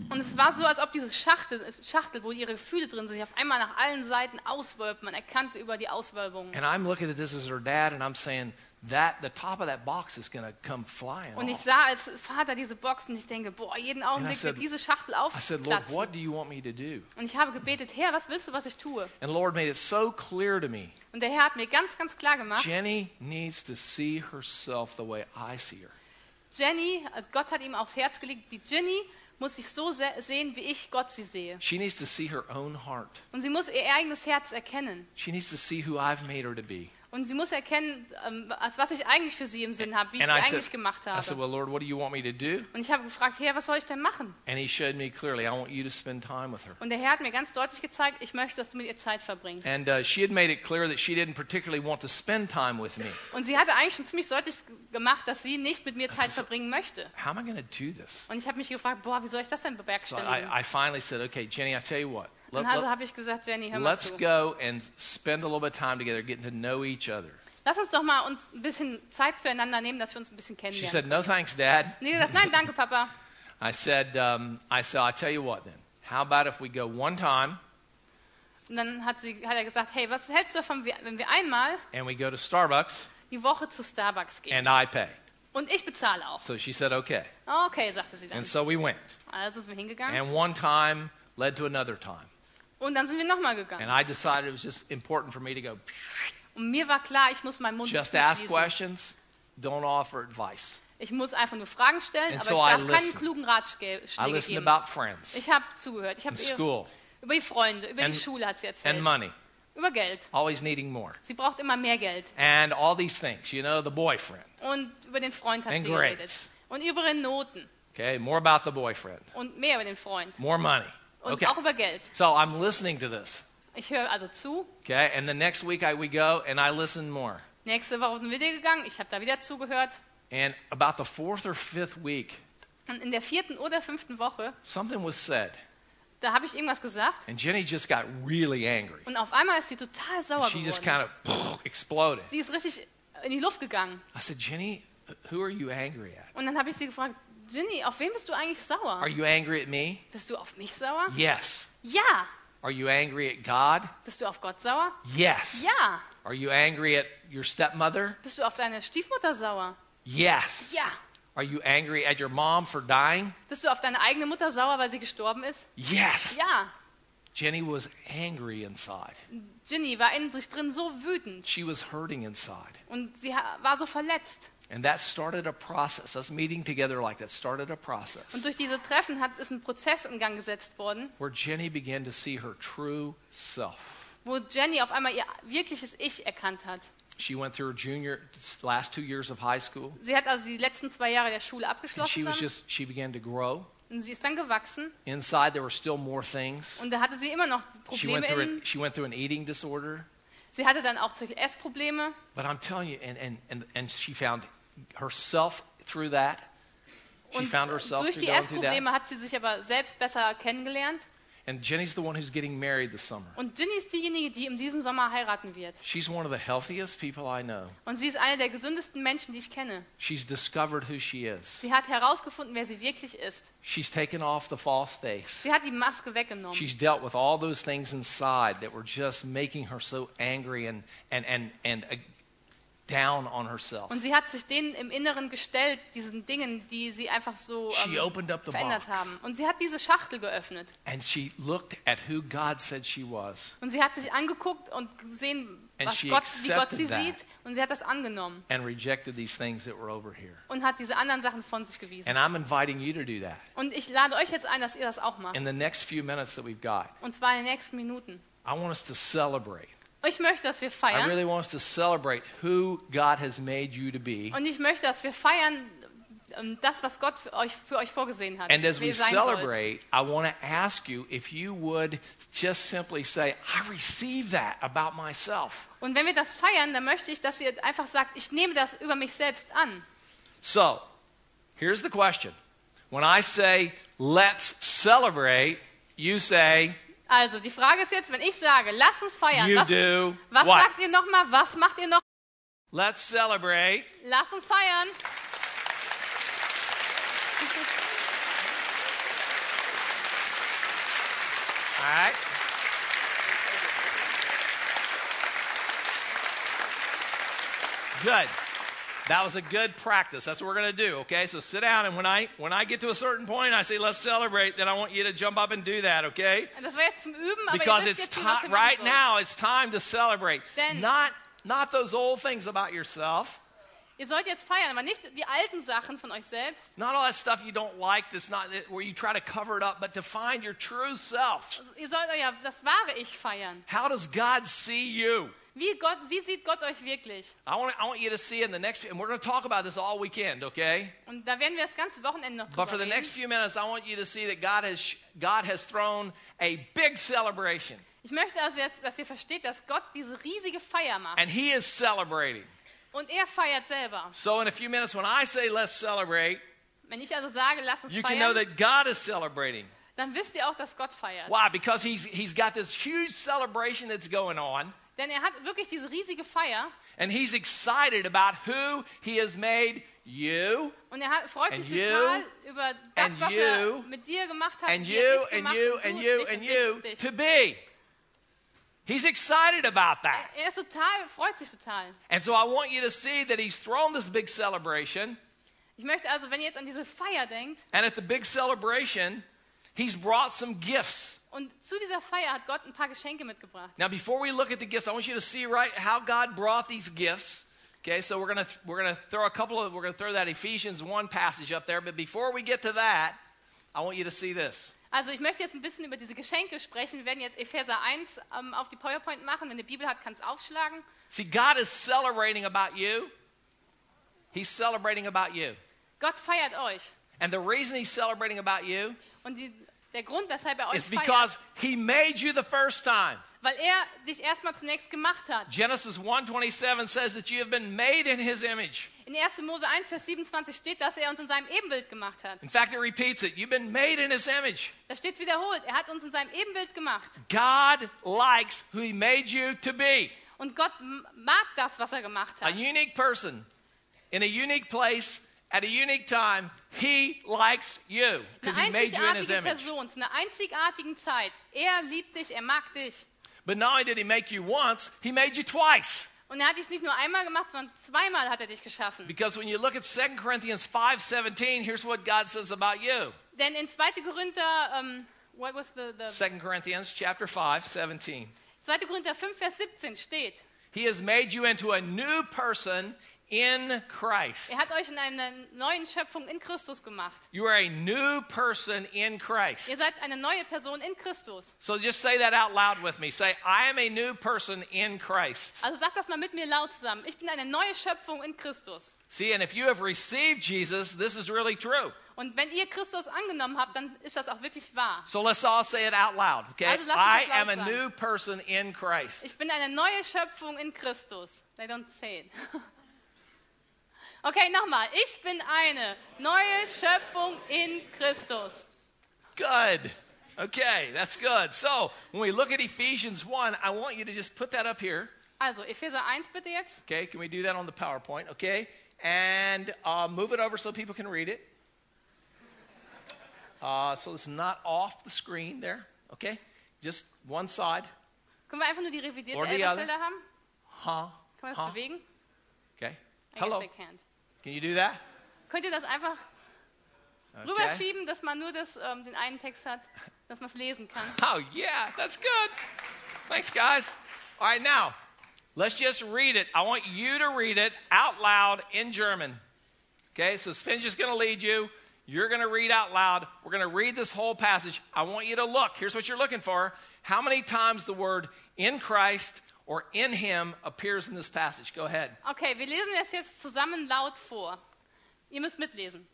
Speaker 2: Und es war so, als ob diese Schachtel, Schachtel wo ihre Gefühle drin sind, sich auf einmal nach allen Seiten auswölbt. Man erkannte über die Auswölbung.
Speaker 1: and I'm looking at this as her dad, and I'm saying that the top of that box is going to come flying.
Speaker 2: Und ich
Speaker 1: off.
Speaker 2: sah als Vater diese Box und ich denke, boah, jeden Augenblick
Speaker 1: "Oh." said-
Speaker 2: wird diese Schachtel
Speaker 1: I said, Lord,
Speaker 2: aufplatzen.
Speaker 1: what do you want me to do?
Speaker 2: Und ich habe gebetet, Herr, was willst du, was ich tue?
Speaker 1: And the Lord made it so clear to me.
Speaker 2: Und der Herr hat mir ganz, ganz klar gemacht,
Speaker 1: Jenny needs to see herself the way I see her.
Speaker 2: Jenny, also Gott hat ihm aufs Herz gelegt, die Jenny muss sich so se sehen, wie ich Gott sie sehe.
Speaker 1: She needs to see her own heart.
Speaker 2: Und sie muss ihr eigenes Herz erkennen.
Speaker 1: She needs to see who I've made her to be.
Speaker 2: Und sie muss erkennen, ähm, als was ich eigentlich für sie im Sinn habe, wie ich sie
Speaker 1: I
Speaker 2: eigentlich
Speaker 1: said,
Speaker 2: gemacht
Speaker 1: I said,
Speaker 2: habe.
Speaker 1: Well, Lord, what do you want me to do?
Speaker 2: Und ich habe gefragt, Herr, was soll ich denn machen?
Speaker 1: And He showed me clearly, I want you to spend time with her.
Speaker 2: Und der Herr hat mir ganz deutlich gezeigt, ich möchte, dass du mit ihr Zeit verbringst.
Speaker 1: And uh, she had made it clear that she didn't particularly want to spend time with me.
Speaker 2: Und sie hatte eigentlich schon ziemlich deutlich g- gemacht, dass sie nicht mit mir Zeit
Speaker 1: ist-
Speaker 2: verbringen möchte.
Speaker 1: How am I going to do this?
Speaker 2: Und ich habe mich gefragt, boah, wie soll ich das denn
Speaker 1: So I,
Speaker 2: bewerkstelligen?
Speaker 1: I finally said, Okay, Jenny, I tell you what.
Speaker 2: Und
Speaker 1: Let,
Speaker 2: also
Speaker 1: let-
Speaker 2: habe ich gesagt, Jenny, hör mal
Speaker 1: let's
Speaker 2: zu.
Speaker 1: go and spend a little bit of time together, getting to know each other.
Speaker 2: Lass uns doch mal uns ein bisschen Zeit füreinander nehmen, dass wir uns ein bisschen
Speaker 1: She
Speaker 2: kennenlernen.
Speaker 1: said, No thanks, Dad.
Speaker 2: Und sie gesagt, nein, danke, Papa.
Speaker 1: I said, um, I said, I'll tell you what then. How about if we go one time
Speaker 2: Und dann hat, sie, hat er gesagt, hey, was hältst du davon, wie- wenn wir einmal
Speaker 1: and we go to Starbucks
Speaker 2: die Woche zu Starbucks
Speaker 1: and
Speaker 2: gehen?
Speaker 1: I pay?
Speaker 2: Und ich bezahle auch.
Speaker 1: So she said, okay.
Speaker 2: Okay, sagte sie
Speaker 1: And
Speaker 2: dann.
Speaker 1: so we went.
Speaker 2: Also sind wir hingegangen.
Speaker 1: And one time led to another time.
Speaker 2: Und dann sind wir nochmal gegangen.
Speaker 1: And I decided it was just important for me to go
Speaker 2: Und mir war klar, ich muss meinen Mund
Speaker 1: just
Speaker 2: nicht
Speaker 1: ask
Speaker 2: schließen.
Speaker 1: questions, don't offer advice.
Speaker 2: Ich muss einfach nur Fragen stellen,
Speaker 1: And
Speaker 2: aber
Speaker 1: so
Speaker 2: ich
Speaker 1: I
Speaker 2: darf keinen
Speaker 1: listened.
Speaker 2: klugen Ratschläge
Speaker 1: I listened
Speaker 2: geben.
Speaker 1: about friends
Speaker 2: Ich habe zugehört. Ich habe
Speaker 1: and school
Speaker 2: über die Freunde, über
Speaker 1: And-
Speaker 2: die Schule hat sie erzählt.
Speaker 1: and money,
Speaker 2: Über Geld.
Speaker 1: always needing more.
Speaker 2: Sie braucht immer mehr Geld.
Speaker 1: And all these things, you know, the boyfriend.
Speaker 2: Und über den Freund hat
Speaker 1: And
Speaker 2: sie
Speaker 1: grades.
Speaker 2: geredet. Und über ihre Noten.
Speaker 1: Okay, more about the boyfriend,
Speaker 2: Und mehr über den Freund.
Speaker 1: more money.
Speaker 2: Und
Speaker 1: Okay.
Speaker 2: auch über Geld.
Speaker 1: So I'm listening to this.
Speaker 2: Ich höre also zu.
Speaker 1: Okay, and the next week I, we go and I listen more.
Speaker 2: Nächste Woche sind wir wieder gegangen. Ich habe da wieder zugehört.
Speaker 1: And about the fourth or fifth week,
Speaker 2: Und in der vierten oder fünften Woche,
Speaker 1: something was said,
Speaker 2: da habe ich irgendwas gesagt.
Speaker 1: and Jenny just got really angry.
Speaker 2: Und auf einmal ist sie total sauer
Speaker 1: She just
Speaker 2: geworden.
Speaker 1: kind of *sniffs* exploded.
Speaker 2: die ist richtig in die Luft gegangen.
Speaker 1: I said, Jenny, who are you angry at?
Speaker 2: Und dann habe ich sie gefragt, Ginny, auf wen bist du eigentlich sauer?
Speaker 1: Are you angry at me?
Speaker 2: Bist du auf mich sauer?
Speaker 1: Yes.
Speaker 2: Ja.
Speaker 1: Are you angry at God?
Speaker 2: Bist du auf Gott sauer?
Speaker 1: Yes.
Speaker 2: Ja.
Speaker 1: Are you angry at your stepmother?
Speaker 2: Bist du auf deine Stiefmutter sauer?
Speaker 1: Yes.
Speaker 2: Ja.
Speaker 1: Are you angry at your mom for dying?
Speaker 2: Bist du auf deine eigene Mutter sauer, weil sie gestorben ist?
Speaker 1: Yes.
Speaker 2: Ja.
Speaker 1: Jenny was angry inside.
Speaker 2: Ginny war in sich drin so wütend
Speaker 1: She was hurting inside.
Speaker 2: und sie ha- war so verletzt.
Speaker 1: And that started a process. Us meeting together like that started a
Speaker 2: Und
Speaker 1: process
Speaker 2: durch diese Treffen hat, ist ein Prozess in Gang gesetzt worden,
Speaker 1: where Jenny began to see her true self.
Speaker 2: wo Jenny auf einmal ihr wirkliches Ich erkannt hat.
Speaker 1: She went through her junior last two years of high school,
Speaker 2: Sie hat also die letzten zwei Jahre der Schule
Speaker 1: and she
Speaker 2: abgeschlossen
Speaker 1: was
Speaker 2: dann,
Speaker 1: just she began to grow.
Speaker 2: und sie ist dann gewachsen
Speaker 1: Inside, there were still more things.
Speaker 2: und da hatte sie immer noch
Speaker 1: She
Speaker 2: Probleme
Speaker 1: went through
Speaker 2: in.
Speaker 1: an, she went through an eating disorder,
Speaker 2: Sie hatte dann auch solche Essprobleme
Speaker 1: but I'm telling you, and and and, and she found herself through that. She
Speaker 2: und
Speaker 1: found herself
Speaker 2: durch
Speaker 1: through
Speaker 2: die
Speaker 1: going through
Speaker 2: Essprobleme
Speaker 1: that.
Speaker 2: hat sie sich aber selbst besser kennengelernt.
Speaker 1: And Jenny's the one who's getting married this summer.
Speaker 2: Und Ginny ist diejenige, die in diesem Sommer heiraten wird.
Speaker 1: She's one of the healthiest people I know.
Speaker 2: Und sie ist eine der gesündesten Menschen, die ich kenne.
Speaker 1: She's discovered who she is.
Speaker 2: Sie hat herausgefunden, wer sie wirklich ist.
Speaker 1: She's taken off the false face.
Speaker 2: Sie hat die Maske weggenommen.
Speaker 1: She's dealt with all those things inside that were just making her so angry and and and and uh, down on herself.
Speaker 2: Und sie hat sich denen im Inneren gestellt, diesen Dingen, die sie einfach so
Speaker 1: She
Speaker 2: ähm,
Speaker 1: opened up the
Speaker 2: verändert
Speaker 1: box.
Speaker 2: haben. Und sie hat diese Schachtel geöffnet.
Speaker 1: And she looked at who God said she was.
Speaker 2: Und sie hat sich angeguckt und gesehen,
Speaker 1: And
Speaker 2: was
Speaker 1: she
Speaker 2: Gott, wie Gott sie
Speaker 1: accepted that.
Speaker 2: sieht. Und sie hat das angenommen
Speaker 1: and rejected these things that were over here.
Speaker 2: und hat diese anderen Sachen von sich gewiesen.
Speaker 1: And I'm inviting you to do that
Speaker 2: Und ich lade euch jetzt ein, dass ihr das auch macht.
Speaker 1: in the next few minutes that we've got.
Speaker 2: Und zwar in den nächsten Minuten.
Speaker 1: I want us to celebrate.
Speaker 2: Ich möchte, dass wir
Speaker 1: I
Speaker 2: feiern.
Speaker 1: really want us to celebrate who God has made you to be.
Speaker 2: Und ich möchte, dass wir feiern ähm, das, was Gott für euch, für euch vorgesehen hat.
Speaker 1: And as
Speaker 2: wie
Speaker 1: we
Speaker 2: ihr sein sollt.
Speaker 1: celebrate, I want to ask you if you would just simply say, I receive that about myself.
Speaker 2: Und wenn wir das feiern, dann möchte ich, dass ihr einfach sagt, ich nehme das über mich selbst an.
Speaker 1: So, here's the question. When I say, let's celebrate, you say,
Speaker 2: Also, die Frage ist jetzt, wenn ich sage, lass uns feiern,
Speaker 1: you
Speaker 2: was,
Speaker 1: do
Speaker 2: was
Speaker 1: what?
Speaker 2: sagt ihr nochmal? Was macht ihr noch?
Speaker 1: Let's celebrate.
Speaker 2: Lass uns feiern.
Speaker 1: All right. Good. That was a good practice. That's what we're going to do, okay? So sit down and when I when I get to a certain point, I say let's celebrate, then I want you to jump up and do that, okay?
Speaker 2: Das war jetzt zum Üben, aber
Speaker 1: because
Speaker 2: ihr wisst
Speaker 1: it's
Speaker 2: jetzt,
Speaker 1: ti-
Speaker 2: schon, was wir machen
Speaker 1: right
Speaker 2: sollen.
Speaker 1: now it's time to celebrate.
Speaker 2: Then-
Speaker 1: not not those old things about yourself,
Speaker 2: Ihr sollt jetzt feiern, aber nicht die alten Sachen von euch selbst.
Speaker 1: not all that stuff you don't like that's not where you try to cover it up, but to find your true self.
Speaker 2: Also, ihr sollt euer das wahre Ich feiern.
Speaker 1: How does God see you?
Speaker 2: Wie, Gott, wie sieht Gott euch wirklich?
Speaker 1: I want, I want you to see in the next, and we're going to talk about this all weekend, okay?
Speaker 2: Und da werden wir das ganze Wochenende noch drüber
Speaker 1: But for the
Speaker 2: reden.
Speaker 1: next few minutes, I want you to see that God has, sh- God has thrown a big celebration,
Speaker 2: Ich möchte also, jetzt, dass ihr versteht, dass Gott diese riesige Feier macht.
Speaker 1: and He is celebrating.
Speaker 2: Und er feiert selber.
Speaker 1: So, in a few minutes, when I say let's celebrate,
Speaker 2: Wenn ich also sage, lass uns
Speaker 1: you can know
Speaker 2: feiern,
Speaker 1: that God is celebrating.
Speaker 2: dann wisst ihr auch, dass Gott feiert.
Speaker 1: Why? Because He's, he's got this huge celebration that's going on,
Speaker 2: Denn er hat wirklich diese riesige Feier
Speaker 1: and He's excited about who He has made you,
Speaker 2: und er hat, freut
Speaker 1: And
Speaker 2: sich
Speaker 1: you,
Speaker 2: total über das,
Speaker 1: and
Speaker 2: was er
Speaker 1: you,
Speaker 2: mit dir gemacht hat,
Speaker 1: and
Speaker 2: wie er
Speaker 1: you,
Speaker 2: dich
Speaker 1: and
Speaker 2: gemacht
Speaker 1: you,
Speaker 2: und
Speaker 1: and
Speaker 2: du
Speaker 1: you,
Speaker 2: und dich
Speaker 1: and
Speaker 2: und dich
Speaker 1: you
Speaker 2: und dich.
Speaker 1: to be. He's excited about that.
Speaker 2: Er ist total, freut sich total.
Speaker 1: And so I want you to see that he's thrown this big celebration.
Speaker 2: Ich möchte also, wenn ihr jetzt an diese Feier denkt,
Speaker 1: And at the big celebration, he's brought some gifts.
Speaker 2: und zu dieser Feier hat Gott ein paar Geschenke mitgebracht.
Speaker 1: Now, before we look at the gifts, I want you to see right how God brought these gifts. Okay, so we're gonna we're gonna throw a couple of we're gonna throw that Ephesians one passage up there. But before we get to that, I want you to see this.
Speaker 2: Also ich möchte jetzt ein bisschen über diese Geschenke sprechen. Wir werden jetzt Epheser 1 ähm, auf die PowerPoint machen. Wenn eine Bibel hat, kann es aufschlagen.
Speaker 1: See, God is celebrating about you. He's celebrating about you.
Speaker 2: Gott feiert euch.
Speaker 1: And the reason he's celebrating about you
Speaker 2: Und die, der Grund, weshalb er euch
Speaker 1: is
Speaker 2: feiert,
Speaker 1: because he made you the first time.
Speaker 2: weil er dich erstmal zunächst gemacht hat.
Speaker 1: Genesis 1:27 says that you have been made in his image.
Speaker 2: In 1. Mose 1, Vers 27 steht, dass er uns in seinem Ebenbild gemacht hat.
Speaker 1: In fact, it repeats it. You've been made in his image.
Speaker 2: Da steht wiederholt, er hat uns in seinem Ebenbild gemacht.
Speaker 1: God likes who he made you to be.
Speaker 2: Und Gott m- mag das, was er gemacht
Speaker 1: A
Speaker 2: *laughs* hat.
Speaker 1: unique person in a unique place at a unique time. He likes you because he
Speaker 2: Eine
Speaker 1: made you in his
Speaker 2: einzigartige
Speaker 1: image.
Speaker 2: Person zu einer einzigartigen Zeit. Er liebt dich, er mag dich.
Speaker 1: But not only did he make you once, he made you twice.
Speaker 2: Und er hat dich nicht nur einmal gemacht, sondern zweimal hat er dich geschaffen.
Speaker 1: Because when you look at 2 Corinthians 5:17, here's what God says about you.
Speaker 2: Denn in 2. Korinther, ähm, what was the, the,
Speaker 1: 2 Corinthians chapter 5:17.
Speaker 2: 2. Korinther 5, Vers 17 steht,
Speaker 1: He has made you into a new person in Christ.
Speaker 2: er hat euch in einer neuen Schöpfung in Christus gemacht.
Speaker 1: You are a new person in Christ.
Speaker 2: Ihr seid eine neue Person in Christus.
Speaker 1: So just say that out loud with me. Say, I am a new person in Christ.
Speaker 2: Also sagt das mal mit mir laut zusammen. Ich bin eine neue Schöpfung in Christus.
Speaker 1: See, and if you have received Jesus, this is really true.
Speaker 2: Und wenn ihr Christus angenommen habt, dann ist das auch wirklich wahr.
Speaker 1: So let's all say it out loud, okay?
Speaker 2: Also lass uns das
Speaker 1: I
Speaker 2: laut
Speaker 1: am a
Speaker 2: sagen.
Speaker 1: new person in Christ.
Speaker 2: Ich bin eine neue Schöpfung in Christus. They don't say it. *laughs* Okay, nochmal. Ich bin eine neue Schöpfung in Christus.
Speaker 1: Good. Okay, that's good. So when we look at Ephesians 1, I want you to just put that up here.
Speaker 2: Also, Epheser 1 bitte jetzt.
Speaker 1: Okay, can we do that on the PowerPoint? Okay, and uh, move it over so people can read it. *laughs* Uh, so it's not off the screen there. Okay, just one side.
Speaker 2: Können wir einfach nur die revidierte
Speaker 1: Or the
Speaker 2: Elberfelder haben?
Speaker 1: Huh?
Speaker 2: Können wir das
Speaker 1: Huh?
Speaker 2: bewegen?
Speaker 1: Okay.
Speaker 2: I
Speaker 1: Hello.
Speaker 2: guess I can't.
Speaker 1: Can you do that?
Speaker 2: Könnt ihr das einfach
Speaker 1: Okay.
Speaker 2: rüberschieben, dass man nur das, ähm, den einen Text hat, dass man es lesen kann?
Speaker 1: Oh, yeah, that's good. Thanks, guys. All right, now, let's just read it. I want you to read it out loud in German. Okay, so Finch is going to lead you. You're going to read out loud. We're going to read this whole passage. I want you to look. Here's what you're looking for. How many times the word in Christ or in Him appears in this passage? Go ahead.
Speaker 2: Okay, wir lesen das jetzt zusammen laut vor. Ihr müsst mitlesen.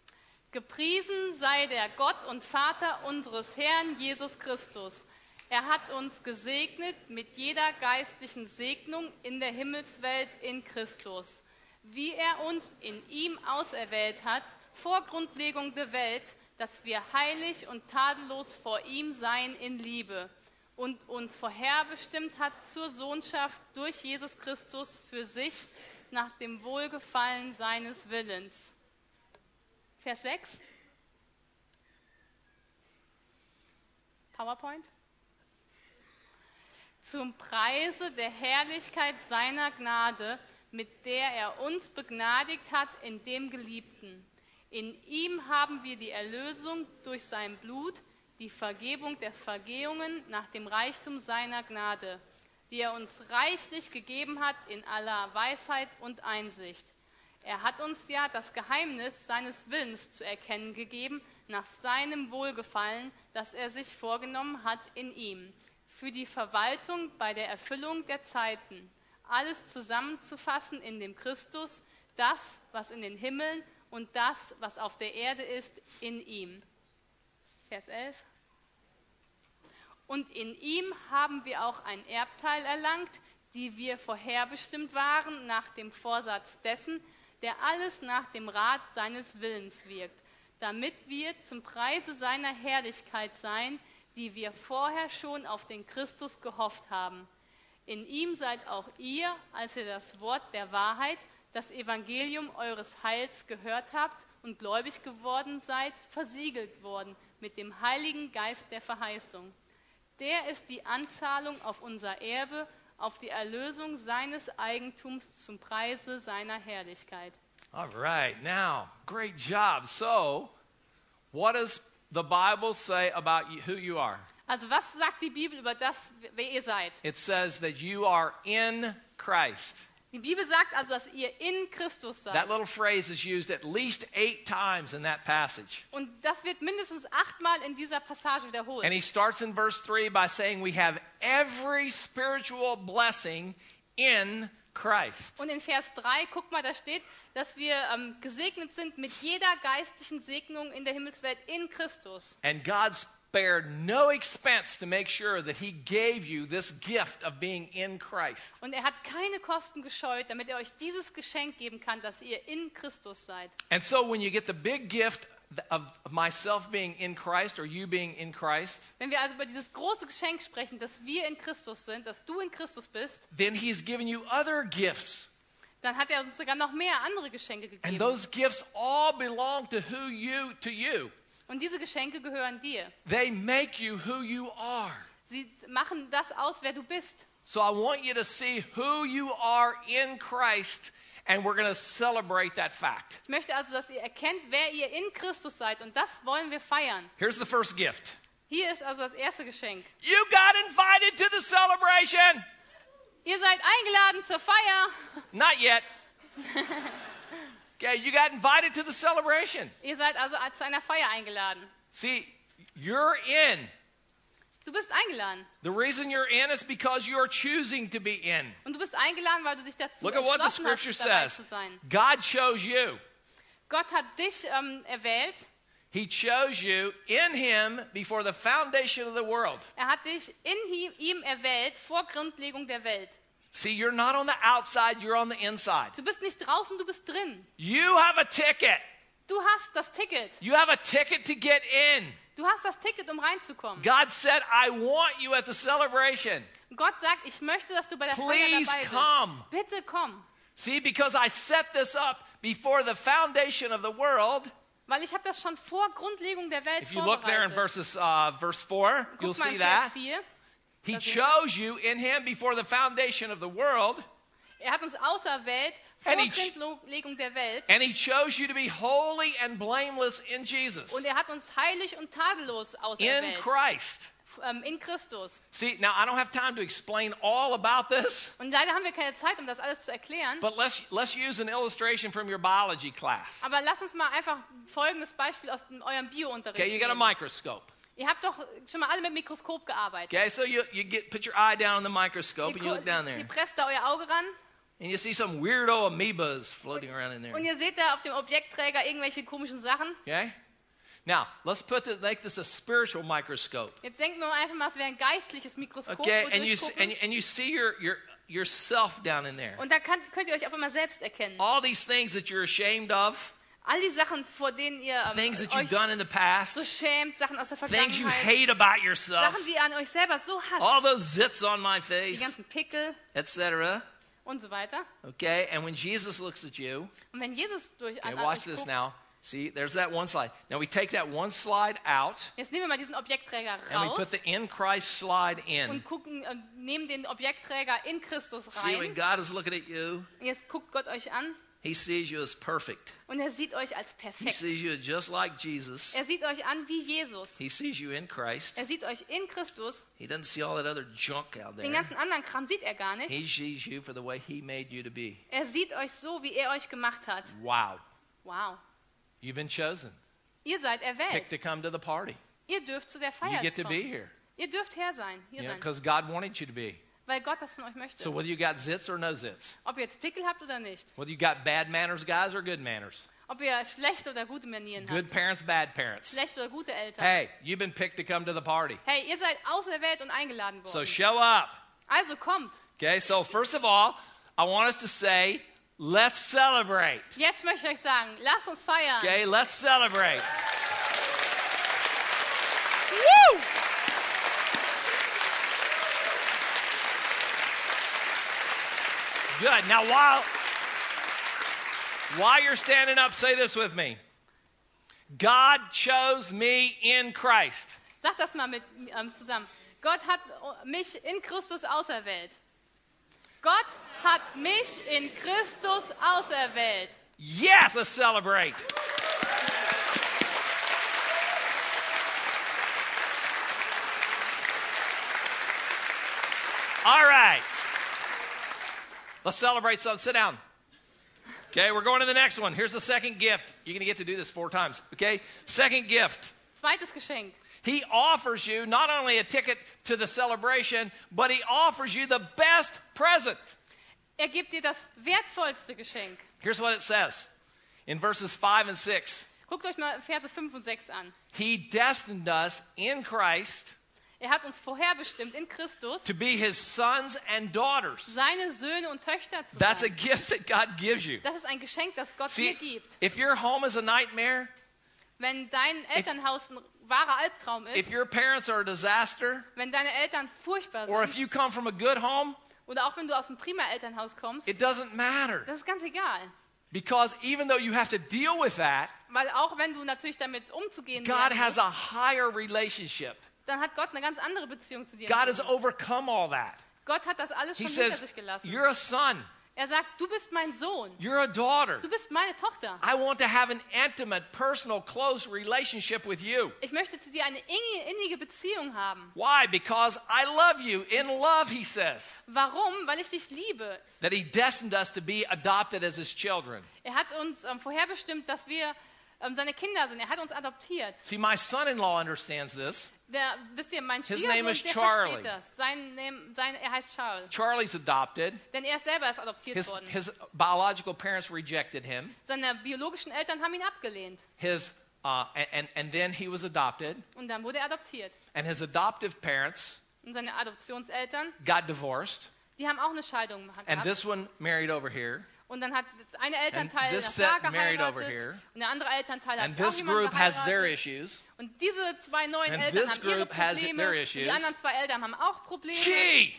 Speaker 2: Gepriesen sei der Gott und Vater unseres Herrn Jesus Christus. Er hat uns gesegnet mit jeder geistlichen Segnung in der Himmelswelt in Christus, wie er uns in ihm auserwählt hat vor Grundlegung der Welt, dass wir heilig und tadellos vor ihm seien in Liebe und uns vorherbestimmt hat zur Sohnschaft durch Jesus Christus für sich nach dem Wohlgefallen seines Willens. Vers 6. PowerPoint. Zum Preise der Herrlichkeit seiner Gnade, mit der er uns begnadigt hat in dem Geliebten. In ihm haben wir die Erlösung durch sein Blut, die Vergebung der Vergehungen nach dem Reichtum seiner Gnade, die er uns reichlich gegeben hat in aller Weisheit und Einsicht. Er hat uns ja das Geheimnis seines Willens zu erkennen gegeben, nach seinem Wohlgefallen, das er sich vorgenommen hat in ihm, für die Verwaltung bei der Erfüllung der Zeiten, alles zusammenzufassen in dem Christus, das, was in den Himmeln und das, was auf der Erde ist, in ihm. Vers 11. Und in ihm haben wir auch ein Erbteil erlangt, die wir vorherbestimmt waren nach dem Vorsatz dessen, der alles nach dem Rat seines Willens wirkt, damit wir zum Preise seiner Herrlichkeit seien, die wir vorher schon auf den Christus gehofft haben. In ihm seid auch ihr, als ihr das Wort der Wahrheit, das Evangelium eures Heils gehört habt und gläubig geworden seid, versiegelt worden mit dem Heiligen Geist der Verheißung. Der ist die Anzahlung auf unser Erbe, auf die Erlösung seines Eigentums zum Preise seiner Herrlichkeit.
Speaker 1: All right, now, great job. So, what does the Bible say about you, who you are?
Speaker 2: Also was sagt die Bibel über das, wer ihr seid?
Speaker 1: It says that you are in Christ.
Speaker 2: Die Bibel sagt also, dass ihr in Christus seid.
Speaker 1: That little phrase is used at least eight times in that passage.
Speaker 2: Und das wird mindestens achtmal in dieser Passage wiederholt.
Speaker 1: And he starts in verse 3 by saying, We have every spiritual blessing in Christ.
Speaker 2: Und in Vers 3, guck mal, da steht, dass wir ähm, gesegnet sind mit jeder geistlichen Segnung in der Himmelswelt in Christus.
Speaker 1: And God spared no expense to make sure that he gave you this gift of being in Christ.
Speaker 2: Und er hat keine Kosten gescheut, damit er euch dieses Geschenk geben kann, dass ihr in Christus seid.
Speaker 1: And so when you get the big gift of myself being in Christ or you being in Christ,
Speaker 2: Wenn wir also über dieses große Geschenk sprechen, dass wir in Christus sind, dass du in Christus bist,
Speaker 1: then he's given you other gifts.
Speaker 2: dann hat er uns sogar noch mehr andere Geschenke gegeben.
Speaker 1: And those gifts all belong to who you to you.
Speaker 2: Und diese Geschenke gehören dir.
Speaker 1: They make you who you are.
Speaker 2: Sie machen das aus, wer du bist.
Speaker 1: So I want you to see who you are in Christ, and we're going to celebrate that fact.
Speaker 2: Ich möchte also, dass ihr erkennt, wer ihr in Christus seid. Und das wollen wir feiern.
Speaker 1: Here's the first gift
Speaker 2: Hier ist also das erste Geschenk.
Speaker 1: you got invited to the celebration.
Speaker 2: Ihr seid eingeladen zur Feier.
Speaker 1: Not yet. okay, you got invited to the celebration.
Speaker 2: Ihr seid also zu einer Feier eingeladen.
Speaker 1: See, you're in.
Speaker 2: Du bist eingeladen.
Speaker 1: The reason you're in is because you're choosing to be in.
Speaker 2: Und du bist eingeladen, weil du dich dazu
Speaker 1: Look at what
Speaker 2: entschlossen
Speaker 1: the
Speaker 2: hast,
Speaker 1: scripture
Speaker 2: dabei
Speaker 1: says.
Speaker 2: zu sein.
Speaker 1: God chose you.
Speaker 2: Gott hat dich ähm, erwählt.
Speaker 1: He chose you in him before the foundation of the world.
Speaker 2: Er hat dich in hi- ihm erwählt vor Grundlegung der Welt.
Speaker 1: See, you're not on the outside, you're on the inside.
Speaker 2: Du bist nicht draußen, du bist drin.
Speaker 1: You have a ticket.
Speaker 2: Du hast das Ticket.
Speaker 1: You have a ticket to get in.
Speaker 2: Du hast das Ticket, um reinzukommen.
Speaker 1: God said, I want you at the celebration.
Speaker 2: Gott sagt, ich möchte, dass du bei der Feier
Speaker 1: Please
Speaker 2: dabei bist.
Speaker 1: come.
Speaker 2: Bitte komm.
Speaker 1: See, because I set this up before the foundation of the world.
Speaker 2: Weil ich habe das schon vor Grundlegung der Welt
Speaker 1: If you look there in
Speaker 2: vorbereitet.
Speaker 1: verses, uh, verse 4, you'll
Speaker 2: Guck mal
Speaker 1: see
Speaker 2: in
Speaker 1: that.
Speaker 2: Vers 4.
Speaker 1: He
Speaker 2: Doesn't-
Speaker 1: chose you in him before the foundation of the world.
Speaker 2: Er hat uns auserwählt
Speaker 1: And he, ch-
Speaker 2: Vorgrundlegung der Welt.
Speaker 1: and he chose you to be holy and blameless in Jesus,
Speaker 2: Und er hat uns heilig und tadellos
Speaker 1: in
Speaker 2: auserwählt.
Speaker 1: Christ.
Speaker 2: F- ähm, in Christus.
Speaker 1: See, now I don't have time to explain all about this,
Speaker 2: Und leider haben wir keine Zeit, um das alles zu erklären.
Speaker 1: but let's, let's use an illustration from your biology class.
Speaker 2: Aber lasst uns mal einfach folgendes Beispiel aus dem- eurem Biounterricht.
Speaker 1: Okay, you got a
Speaker 2: nehmen.
Speaker 1: microscope.
Speaker 2: Ihr habt doch schon mal alle mit Mikroskop gearbeitet.
Speaker 1: Okay, so you, you get put your eye down on the microscope and you
Speaker 2: gu-
Speaker 1: look down
Speaker 2: ihr
Speaker 1: there
Speaker 2: presst da euer Auge ran
Speaker 1: and you see some weirdo amoebas floating around in there.
Speaker 2: und ihr seht da auf dem Objektträger irgendwelche komischen Sachen.
Speaker 1: Okay? Now, let's put the, make this a spiritual microscope.
Speaker 2: Jetzt denken wir einfach mal, es wäre ein geistliches Mikroskop.
Speaker 1: Okay,
Speaker 2: wo
Speaker 1: and you, s-
Speaker 2: durchgucken.
Speaker 1: and, you- and you see your, your, yourself down in there.
Speaker 2: und da kann, könnt ihr euch auf einmal selbst erkennen.
Speaker 1: All these things that you're ashamed of,
Speaker 2: All die Sachen, vor denen ihr ähm,
Speaker 1: things that you've done
Speaker 2: euch
Speaker 1: in the
Speaker 2: so
Speaker 1: past,
Speaker 2: schämt, Sachen aus der
Speaker 1: things you
Speaker 2: Vergangenheit,
Speaker 1: hate about yourself,
Speaker 2: Sachen, die ihr an euch selber so
Speaker 1: all
Speaker 2: hasst,
Speaker 1: those zits on my
Speaker 2: die
Speaker 1: face,
Speaker 2: ganzen Pickel
Speaker 1: etc.
Speaker 2: und so weiter.
Speaker 1: Okay, and when Jesus looks at you,
Speaker 2: Und wenn Jesus durch
Speaker 1: okay,
Speaker 2: an
Speaker 1: watch
Speaker 2: euch
Speaker 1: this
Speaker 2: guckt,
Speaker 1: now. See, there's that one slide. Now we take that one slide out
Speaker 2: jetzt nehmen wir mal diesen Objektträger
Speaker 1: and we
Speaker 2: raus
Speaker 1: put the in Christ slide in.
Speaker 2: und gucken, äh, nehmen den Objektträger in Christus
Speaker 1: See, when
Speaker 2: rein.
Speaker 1: God is looking at you,
Speaker 2: Und jetzt guckt Gott euch an
Speaker 1: He sees you as perfect.
Speaker 2: und er sieht euch als
Speaker 1: He
Speaker 2: perfekt.
Speaker 1: sees you just like Jesus.
Speaker 2: Er sieht euch an wie Jesus.
Speaker 1: He sees you in Christ.
Speaker 2: Er sieht euch in Christus.
Speaker 1: He doesn't see all that other junk out
Speaker 2: Den
Speaker 1: there.
Speaker 2: ganzen anderen Kram sieht er gar nicht.
Speaker 1: He sees you for the way He made you to be.
Speaker 2: Er sieht euch so, wie er euch gemacht hat.
Speaker 1: Wow.
Speaker 2: Wow.
Speaker 1: You've been chosen.
Speaker 2: Ihr seid
Speaker 1: Picked
Speaker 2: erwählt.
Speaker 1: to come to the party.
Speaker 2: Ihr dürft zu der
Speaker 1: You
Speaker 2: Feier
Speaker 1: get to be
Speaker 2: kommen.
Speaker 1: here.
Speaker 2: Ihr dürft her sein, hier
Speaker 1: You know,
Speaker 2: sein,
Speaker 1: because God wanted you to be.
Speaker 2: weil Gott das von euch
Speaker 1: So
Speaker 2: möchte.
Speaker 1: whether you got zits or no zits,
Speaker 2: Ob ihr jetzt Pickel habt oder nicht,
Speaker 1: whether you got bad manners, guys, or good manners,
Speaker 2: ob ihr schlechte oder gute Manieren
Speaker 1: good
Speaker 2: habt,
Speaker 1: parents, bad parents.
Speaker 2: schlechte oder gute Eltern.
Speaker 1: Hey, you've been picked to come to the party.
Speaker 2: Hey, ihr seid auserwählt und eingeladen
Speaker 1: So
Speaker 2: worden.
Speaker 1: show up.
Speaker 2: Also kommt.
Speaker 1: Okay, so first of all, I want us to say, let's celebrate.
Speaker 2: Jetzt möchte ich euch sagen, lasst uns feiern.
Speaker 1: Okay, let's celebrate.
Speaker 2: Woo!
Speaker 1: Good. Now, while while you're standing up, say this with me. God chose me in Christ.
Speaker 2: Sag das mal mit ähm, zusammen. Gott hat mich in Christus auserwählt. Gott hat mich in Christus auserwählt.
Speaker 1: Yes, let's celebrate. All right. Let's celebrate some. Sit down. Okay, we're going to the next one. Here's the second gift. You're going to get to do this four times. Okay? Second gift.
Speaker 2: Zweites Geschenk.
Speaker 1: He offers you not only a ticket to the celebration, but he offers you the best present.
Speaker 2: Er gibt dir das wertvollste Geschenk.
Speaker 1: Here's what it says in verses 5 and 6
Speaker 2: Guckt euch mal Verse 5 und 6 an.
Speaker 1: He destined us in Christ
Speaker 2: Er hat uns vorherbestimmt in Christus,
Speaker 1: to be his sons and daughters.
Speaker 2: seine Söhne und Töchter zu
Speaker 1: That's a
Speaker 2: sein.
Speaker 1: gift that God gives you.
Speaker 2: Das ist ein Geschenk, das Gott
Speaker 1: See,
Speaker 2: dir gibt.
Speaker 1: if your home is a nightmare,
Speaker 2: Wenn dein Elternhaus ein wahrer Albtraum
Speaker 1: if
Speaker 2: ist,
Speaker 1: your parents are a disaster,
Speaker 2: wenn deine Eltern furchtbar
Speaker 1: or if
Speaker 2: sind,
Speaker 1: you come from a good home,
Speaker 2: oder auch wenn du aus einem prima Elternhaus kommst,
Speaker 1: it doesn't matter.
Speaker 2: das ist ganz egal.
Speaker 1: Because even though you have to deal with that,
Speaker 2: Weil auch wenn du natürlich damit umzugehen
Speaker 1: God
Speaker 2: lernst,
Speaker 1: has a higher relationship.
Speaker 2: dann hat Gott eine ganz andere Bezigung zu dir.
Speaker 1: God has overcome all that.
Speaker 2: Gott hat das alles
Speaker 1: He
Speaker 2: schon hinter
Speaker 1: says,
Speaker 2: sich gelassen.
Speaker 1: You're a son.
Speaker 2: Er sagt, du bist mein Sohn,
Speaker 1: You're a daughter.
Speaker 2: du bist meine Tochter.
Speaker 1: I want to have an intimate, personal, close relationship with you.
Speaker 2: Ich möchte zu dir eine innige, innige Beziehung haben.
Speaker 1: Why? Because I love you. In love, he says,
Speaker 2: Warum? Weil ich dich liebe.
Speaker 1: that he destined us to be adopted as his children.
Speaker 2: Er hat uns ähm, vorherbestimmt, dass wir ähm, seine Kinder sind. Er hat uns adoptiert.
Speaker 1: See, my son in law understands this.
Speaker 2: Der, wisst ihr, mein
Speaker 1: His
Speaker 2: Schwiegersohn,
Speaker 1: name
Speaker 2: der
Speaker 1: is Charlie.
Speaker 2: versteht das. Sein, Name- sein, er heißt Charles.
Speaker 1: Charlie's adopted.
Speaker 2: Denn er selber ist adoptiert
Speaker 1: His,
Speaker 2: worden.
Speaker 1: his biological parents rejected him.
Speaker 2: Seine biologischen Eltern haben ihn abgelehnt.
Speaker 1: His, uh, and- and, and then he was adopted.
Speaker 2: Und dann wurde er adoptiert.
Speaker 1: And his adoptive parents
Speaker 2: Und seine Adoptionseltern
Speaker 1: got divorced.
Speaker 2: Die haben auch eine Scheidung gemacht.
Speaker 1: And this one married over here.
Speaker 2: und dann hat das eine Elternteil
Speaker 1: this
Speaker 2: nach da
Speaker 1: set married over
Speaker 2: geheiratet
Speaker 1: here.
Speaker 2: und der andere Elternteil
Speaker 1: And
Speaker 2: hat auch
Speaker 1: this
Speaker 2: jemanden
Speaker 1: group has their
Speaker 2: geheiratet.
Speaker 1: issues.
Speaker 2: Und diese zwei neuen
Speaker 1: And
Speaker 2: Eltern
Speaker 1: this
Speaker 2: haben ihre
Speaker 1: group has
Speaker 2: Probleme
Speaker 1: their
Speaker 2: und
Speaker 1: issues.
Speaker 2: die anderen zwei Eltern haben auch Probleme.
Speaker 1: Gee!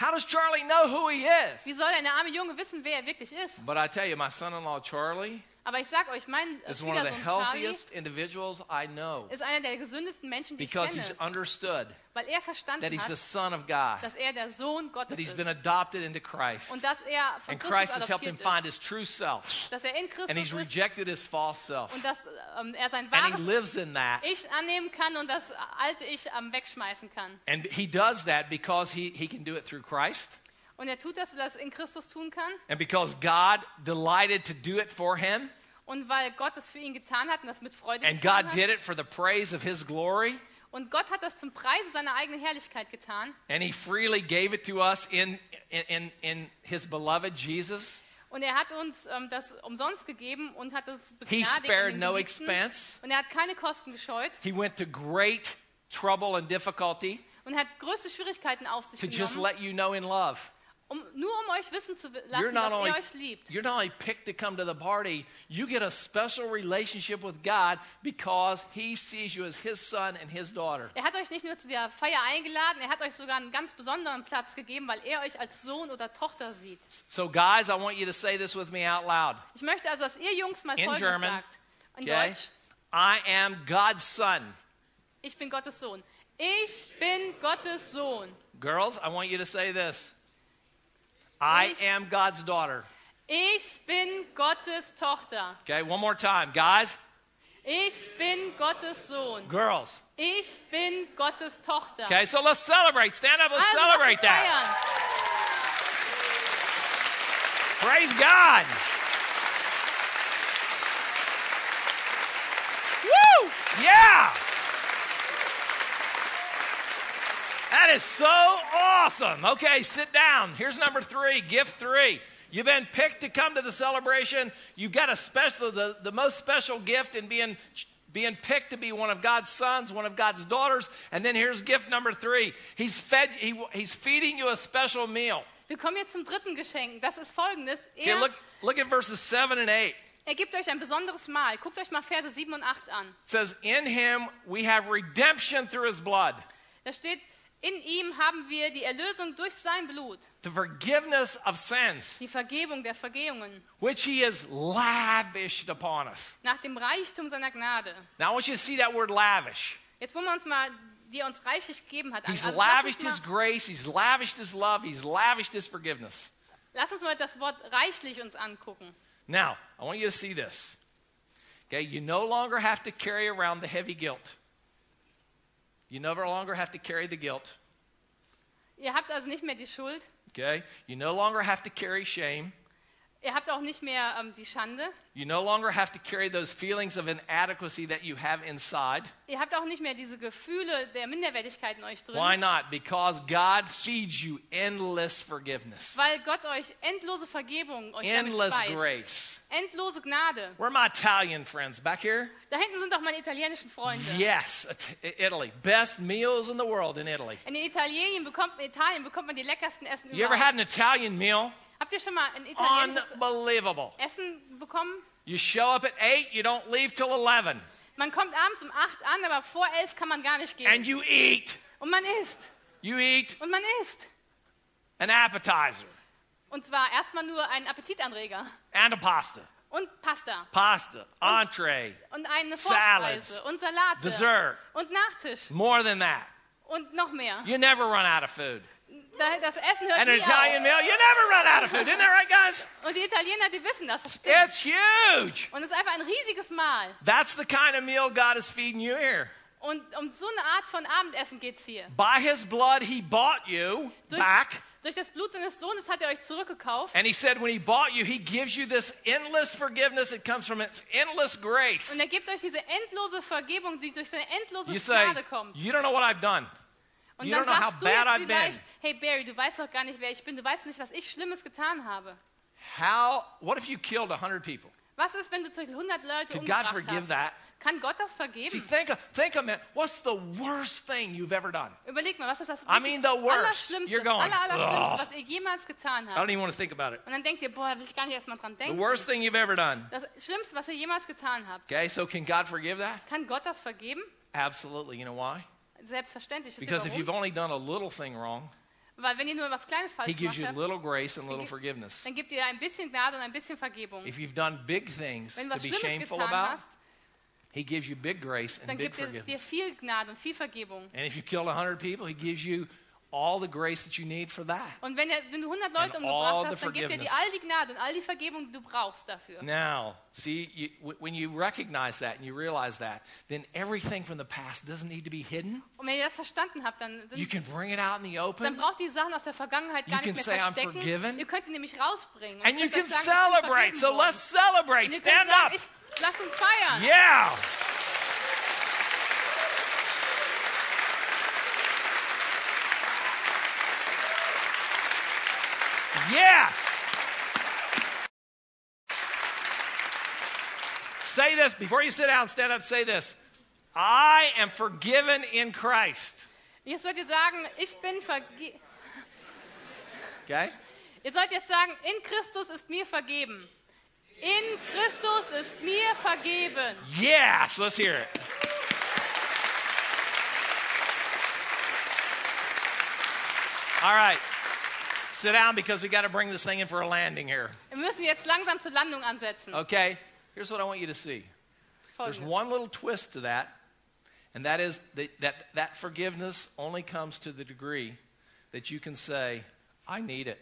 Speaker 1: How does Charlie know who he is?
Speaker 2: Wie soll denn der arme Junge wissen, wer er wirklich ist?
Speaker 1: But I tell you, my son in law, Charlie,
Speaker 2: Aber ich sag euch, mein äh,
Speaker 1: is one of the
Speaker 2: Schwiegersohn Charlie
Speaker 1: healthiest individuals I know
Speaker 2: ist einer der gesündesten Menschen, die ich
Speaker 1: because he's
Speaker 2: kenne,
Speaker 1: understood
Speaker 2: weil er
Speaker 1: that
Speaker 2: verstanden
Speaker 1: he's the
Speaker 2: hat,
Speaker 1: Son of God,
Speaker 2: dass er der Sohn
Speaker 1: that
Speaker 2: Gottes
Speaker 1: he's
Speaker 2: ist
Speaker 1: been adopted into Christ,
Speaker 2: und dass er von
Speaker 1: and Christ has
Speaker 2: Christus
Speaker 1: helped him
Speaker 2: adoptiert
Speaker 1: find
Speaker 2: ist,
Speaker 1: his true self,
Speaker 2: dass er in
Speaker 1: and he's
Speaker 2: Christus ist
Speaker 1: rejected his false
Speaker 2: und
Speaker 1: self,
Speaker 2: dass ähm, er sein
Speaker 1: and he
Speaker 2: wahres
Speaker 1: lives in that.
Speaker 2: Ich annehmen kann und das alte Ich ähm, wegschmeißen kann.
Speaker 1: And he does that because he, he can do it through Christ
Speaker 2: Und er tut das, weil er das in Christus tun kann
Speaker 1: and because God delighted to do it for him.
Speaker 2: und weil Gott es für ihn getan hat und das mit Freude
Speaker 1: And
Speaker 2: getan
Speaker 1: God
Speaker 2: hat.
Speaker 1: did it for the praise of his glory.
Speaker 2: Und Gott hat das zum Preise seiner eigenen Herrlichkeit getan.
Speaker 1: And he freely gave it to us in, in, in, in his beloved Jesus.
Speaker 2: Und er hat uns ähm, das umsonst gegeben und hat es
Speaker 1: He
Speaker 2: begnadigt.
Speaker 1: spared
Speaker 2: und,
Speaker 1: no
Speaker 2: Geliebten.
Speaker 1: expense.
Speaker 2: und er hat keine Kosten gescheut
Speaker 1: He went to great trouble and difficulty
Speaker 2: und hat größte Schwierigkeiten auf sich
Speaker 1: to just
Speaker 2: genommen,
Speaker 1: let you know in love.
Speaker 2: um, nur um euch wissen zu
Speaker 1: You're
Speaker 2: lassen,
Speaker 1: not,
Speaker 2: dass
Speaker 1: only,
Speaker 2: er euch liebt.
Speaker 1: you're not only picked to come to the party, you get a special relationship with God because he sees you as his son and his daughter.
Speaker 2: Er hat euch nicht nur zu der Feier eingeladen, er hat euch sogar einen ganz besonderen Platz gegeben, weil er euch als Sohn oder Tochter sieht.
Speaker 1: So, guys, I want you to say this with me out loud.
Speaker 2: Ich möchte also, dass ihr Jungs mal
Speaker 1: In
Speaker 2: Folgendes
Speaker 1: German.
Speaker 2: sagt. In
Speaker 1: Okay?
Speaker 2: Deutsch.
Speaker 1: I am God's son.
Speaker 2: Ich bin Gottes Sohn. Ich bin Gottes Sohn.
Speaker 1: Girls, I want you to say this I
Speaker 2: Ich-
Speaker 1: am God's daughter.
Speaker 2: Ich bin Gottes Tochter.
Speaker 1: Okay, one more time. Guys,
Speaker 2: Ich bin Gottes Sohn.
Speaker 1: girls.
Speaker 2: Ich bin Gottes Tochter.
Speaker 1: Okay, so let's celebrate. Stand up, let's
Speaker 2: Also, lasst uns
Speaker 1: celebrate that.
Speaker 2: feiern.
Speaker 1: Praise God. Woo! Yeah! That is so awesome. Okay, sit down. Here's number three, gift three. You've been picked to come to the celebration. You've got a special, the, the most special gift in being, being picked to be one of God's sons, one of God's daughters. And then here's gift number three. He's fed, he, he's feeding you a special meal.
Speaker 2: Wir kommen jetzt zum dritten Geschenk. Das ist folgendes.
Speaker 1: Okay,
Speaker 2: Er,
Speaker 1: look, look at verses seven and eight.
Speaker 2: er gibt euch ein besonderes Mahl. Guckt euch mal Verse 7 und 8 an.
Speaker 1: It says, In him we have redemption through his blood,
Speaker 2: Da steht, in ihm haben wir die Erlösung durch sein Blut,
Speaker 1: the forgiveness of sins,
Speaker 2: die Vergebung der Vergehungen,
Speaker 1: which he has lavished upon us.
Speaker 2: nach dem Reichtum seiner Gnade.
Speaker 1: Now I want you to see that word lavish.
Speaker 2: Jetzt wollen wir uns mal, die er uns reichlich gegeben hat, an.
Speaker 1: He's
Speaker 2: Also lass,
Speaker 1: lavished his
Speaker 2: uns mal,
Speaker 1: grace, he's lavished his love, he's lavished his forgiveness.
Speaker 2: lass uns mal das Wort reichlich uns angucken.
Speaker 1: Now, I want you to see this. Okay, you no longer have to carry around the heavy guilt. You no longer have to carry the guilt.
Speaker 2: Ihr habt also nicht mehr die Schuld,
Speaker 1: Okay? You no longer have to carry shame.
Speaker 2: ihr habt auch nicht mehr ähm, die Schande,
Speaker 1: You no longer have to carry those feelings of inadequacy that you have inside.
Speaker 2: ihr habt auch nicht mehr diese Gefühle der Minderwertigkeit in euch drin,
Speaker 1: Why not? Because God feeds you endless forgiveness,
Speaker 2: weil Gott euch endlose Vergebung euch damit
Speaker 1: endless
Speaker 2: speist.
Speaker 1: grace.
Speaker 2: Endlose Gnade.
Speaker 1: Where are my Italian friends? Back here?
Speaker 2: Da hinten sind auch meine italienischen Freunde.
Speaker 1: Yes, It- Italy. Best meals in the world in Italy.
Speaker 2: In Italien bekommt, in Italien bekommt man die leckersten Essen
Speaker 1: You ever
Speaker 2: überhaupt.
Speaker 1: had an Italian meal?
Speaker 2: Habt ihr schon mal ein italienisches
Speaker 1: Unbelievable.
Speaker 2: Essen bekommen?
Speaker 1: You show up at 8, you don't leave till 11,
Speaker 2: Man kommt abends um 8 an, aber vor 11 kann man gar nicht
Speaker 1: and
Speaker 2: gehen.
Speaker 1: you eat.
Speaker 2: Und man isst.
Speaker 1: You eat
Speaker 2: Und man isst.
Speaker 1: an appetizer
Speaker 2: Und zwar erstmal nur einen Appetitanreger.
Speaker 1: and a pasta,
Speaker 2: Und Pasta.
Speaker 1: pasta, entree,
Speaker 2: Und eine
Speaker 1: Salads.
Speaker 2: Vorspeise. Und Salate.
Speaker 1: dessert,
Speaker 2: Und Nachtisch.
Speaker 1: more than that.
Speaker 2: Und noch mehr.
Speaker 1: You never run out of food.
Speaker 2: Da- Das Essen hört
Speaker 1: And an
Speaker 2: nie
Speaker 1: Italian meal, you never run out of food. Isn't that right, guys?
Speaker 2: auf. Und die Italiener, die wissen das. das stimmt.
Speaker 1: It's huge.
Speaker 2: Und es ist einfach ein riesiges Mahl.
Speaker 1: That's the kind of meal God is feeding you here.
Speaker 2: Und um so eine Art von Abendessen geht es hier.
Speaker 1: By his blood, he bought you
Speaker 2: Durch,
Speaker 1: back.
Speaker 2: durch das Blut seines Sohnes hat er euch zurückgekauft.
Speaker 1: And he said, when he bought you, he gives you this endless forgiveness that comes from its endless grace.
Speaker 2: Und er gibt euch diese endlose Vergebung, die durch seine endlose
Speaker 1: You say,
Speaker 2: Gnade kommt.
Speaker 1: You don't know what I've done.
Speaker 2: Und
Speaker 1: You
Speaker 2: dann
Speaker 1: don't know
Speaker 2: sagst
Speaker 1: how
Speaker 2: du
Speaker 1: bad
Speaker 2: jetzt
Speaker 1: I've
Speaker 2: vielleicht,
Speaker 1: been.
Speaker 2: hey Barry, du weißt doch gar nicht, wer ich bin. Du weißt nicht, was ich Schlimmes getan habe.
Speaker 1: How, what if you killed 100 people?
Speaker 2: Was ist, wenn du zum Beispiel 100 Leute
Speaker 1: Could God
Speaker 2: umgebracht
Speaker 1: forgive
Speaker 2: hast?
Speaker 1: that?
Speaker 2: Kann Gott das
Speaker 1: See,
Speaker 2: vergeben?
Speaker 1: think, think a minute. What's the worst thing you've ever done?
Speaker 2: Überleg mal, was ist das
Speaker 1: I mean the worst. You're
Speaker 2: Allerschlimmste,
Speaker 1: going,
Speaker 2: aller,
Speaker 1: "Ugh."
Speaker 2: Allerschlimmste, was ihr jemals getan
Speaker 1: I
Speaker 2: habt?
Speaker 1: don't even want to think about it.
Speaker 2: Und dann denkt ihr, boah, will ich gar nicht erst mal dran
Speaker 1: The
Speaker 2: denken.
Speaker 1: worst thing you've ever done.
Speaker 2: Das Schlimmste, was ihr jemals getan habt.
Speaker 1: Okay, so can God forgive that?
Speaker 2: Kann Gott das vergeben?
Speaker 1: Absolutely. You know why?
Speaker 2: Selbstverständlich. Wisst ihr
Speaker 1: Because if you've
Speaker 2: warum?
Speaker 1: only done a little thing wrong,
Speaker 2: Weil wenn ihr nur was Kleines
Speaker 1: He
Speaker 2: falsch
Speaker 1: gives
Speaker 2: gemacht
Speaker 1: you
Speaker 2: habt,
Speaker 1: little grace and little
Speaker 2: gi-
Speaker 1: forgiveness.
Speaker 2: dann gibt ihr ein bisschen Gnade und ein bisschen Vergebung.
Speaker 1: If you've done big things
Speaker 2: Wenn du
Speaker 1: to
Speaker 2: was
Speaker 1: be
Speaker 2: Schlimmes
Speaker 1: shameful
Speaker 2: getan
Speaker 1: about,
Speaker 2: hast,
Speaker 1: he gives you big grace
Speaker 2: dann
Speaker 1: and big
Speaker 2: gibt er dir
Speaker 1: forgiveness.
Speaker 2: viel Gnade und viel Vergebung.
Speaker 1: And if you killed 100 people, he gives you all the grace that you need for that.
Speaker 2: Und wenn, er, wenn du
Speaker 1: And
Speaker 2: 100 Leute umgebracht
Speaker 1: all the
Speaker 2: hast, dann gibt er dir
Speaker 1: forgiveness.
Speaker 2: all die Gnade und all die Vergebung, die du brauchst dafür.
Speaker 1: Now, see, you, w- when you recognize that and you realize that, then everything from the past doesn't need to be hidden.
Speaker 2: Und wenn ihr das verstanden habt, dann,
Speaker 1: You
Speaker 2: sind,
Speaker 1: can bring it out in the
Speaker 2: dann
Speaker 1: open
Speaker 2: braucht ihr die Sachen aus der Vergangenheit
Speaker 1: You
Speaker 2: gar
Speaker 1: can
Speaker 2: nicht
Speaker 1: say,
Speaker 2: mehr
Speaker 1: "I'm
Speaker 2: verstecken.
Speaker 1: forgiven."
Speaker 2: Ihr könnt die nämlich rausbringen.
Speaker 1: and
Speaker 2: Und
Speaker 1: you
Speaker 2: ihr
Speaker 1: can
Speaker 2: könnt sagen, ich bin
Speaker 1: celebrate. So
Speaker 2: vergeben worden.
Speaker 1: let's celebrate.
Speaker 2: Und ihr könnt
Speaker 1: Stand up.
Speaker 2: sagen, Ich, lass uns feiern.
Speaker 1: Yeah. Yes. Say this before you sit down, stand up, say this. I am forgiven in Christ.
Speaker 2: Jetzt sollt ihr sagen, ich bin vergeben.
Speaker 1: Okay?
Speaker 2: Ihr sollt jetzt sagen, in Christus ist mir vergeben. In Christus ist mir vergeben.
Speaker 1: Yes, let's hear it. All right. Sit down because we got to bring this thing in for a landing here.
Speaker 2: Wir müssen jetzt langsam zur Landung ansetzen.
Speaker 1: Okay, here's what I want you to see. There's
Speaker 2: Folgendes.
Speaker 1: one little twist to that, and that is that, that that forgiveness only comes to the degree that you can say, I need it.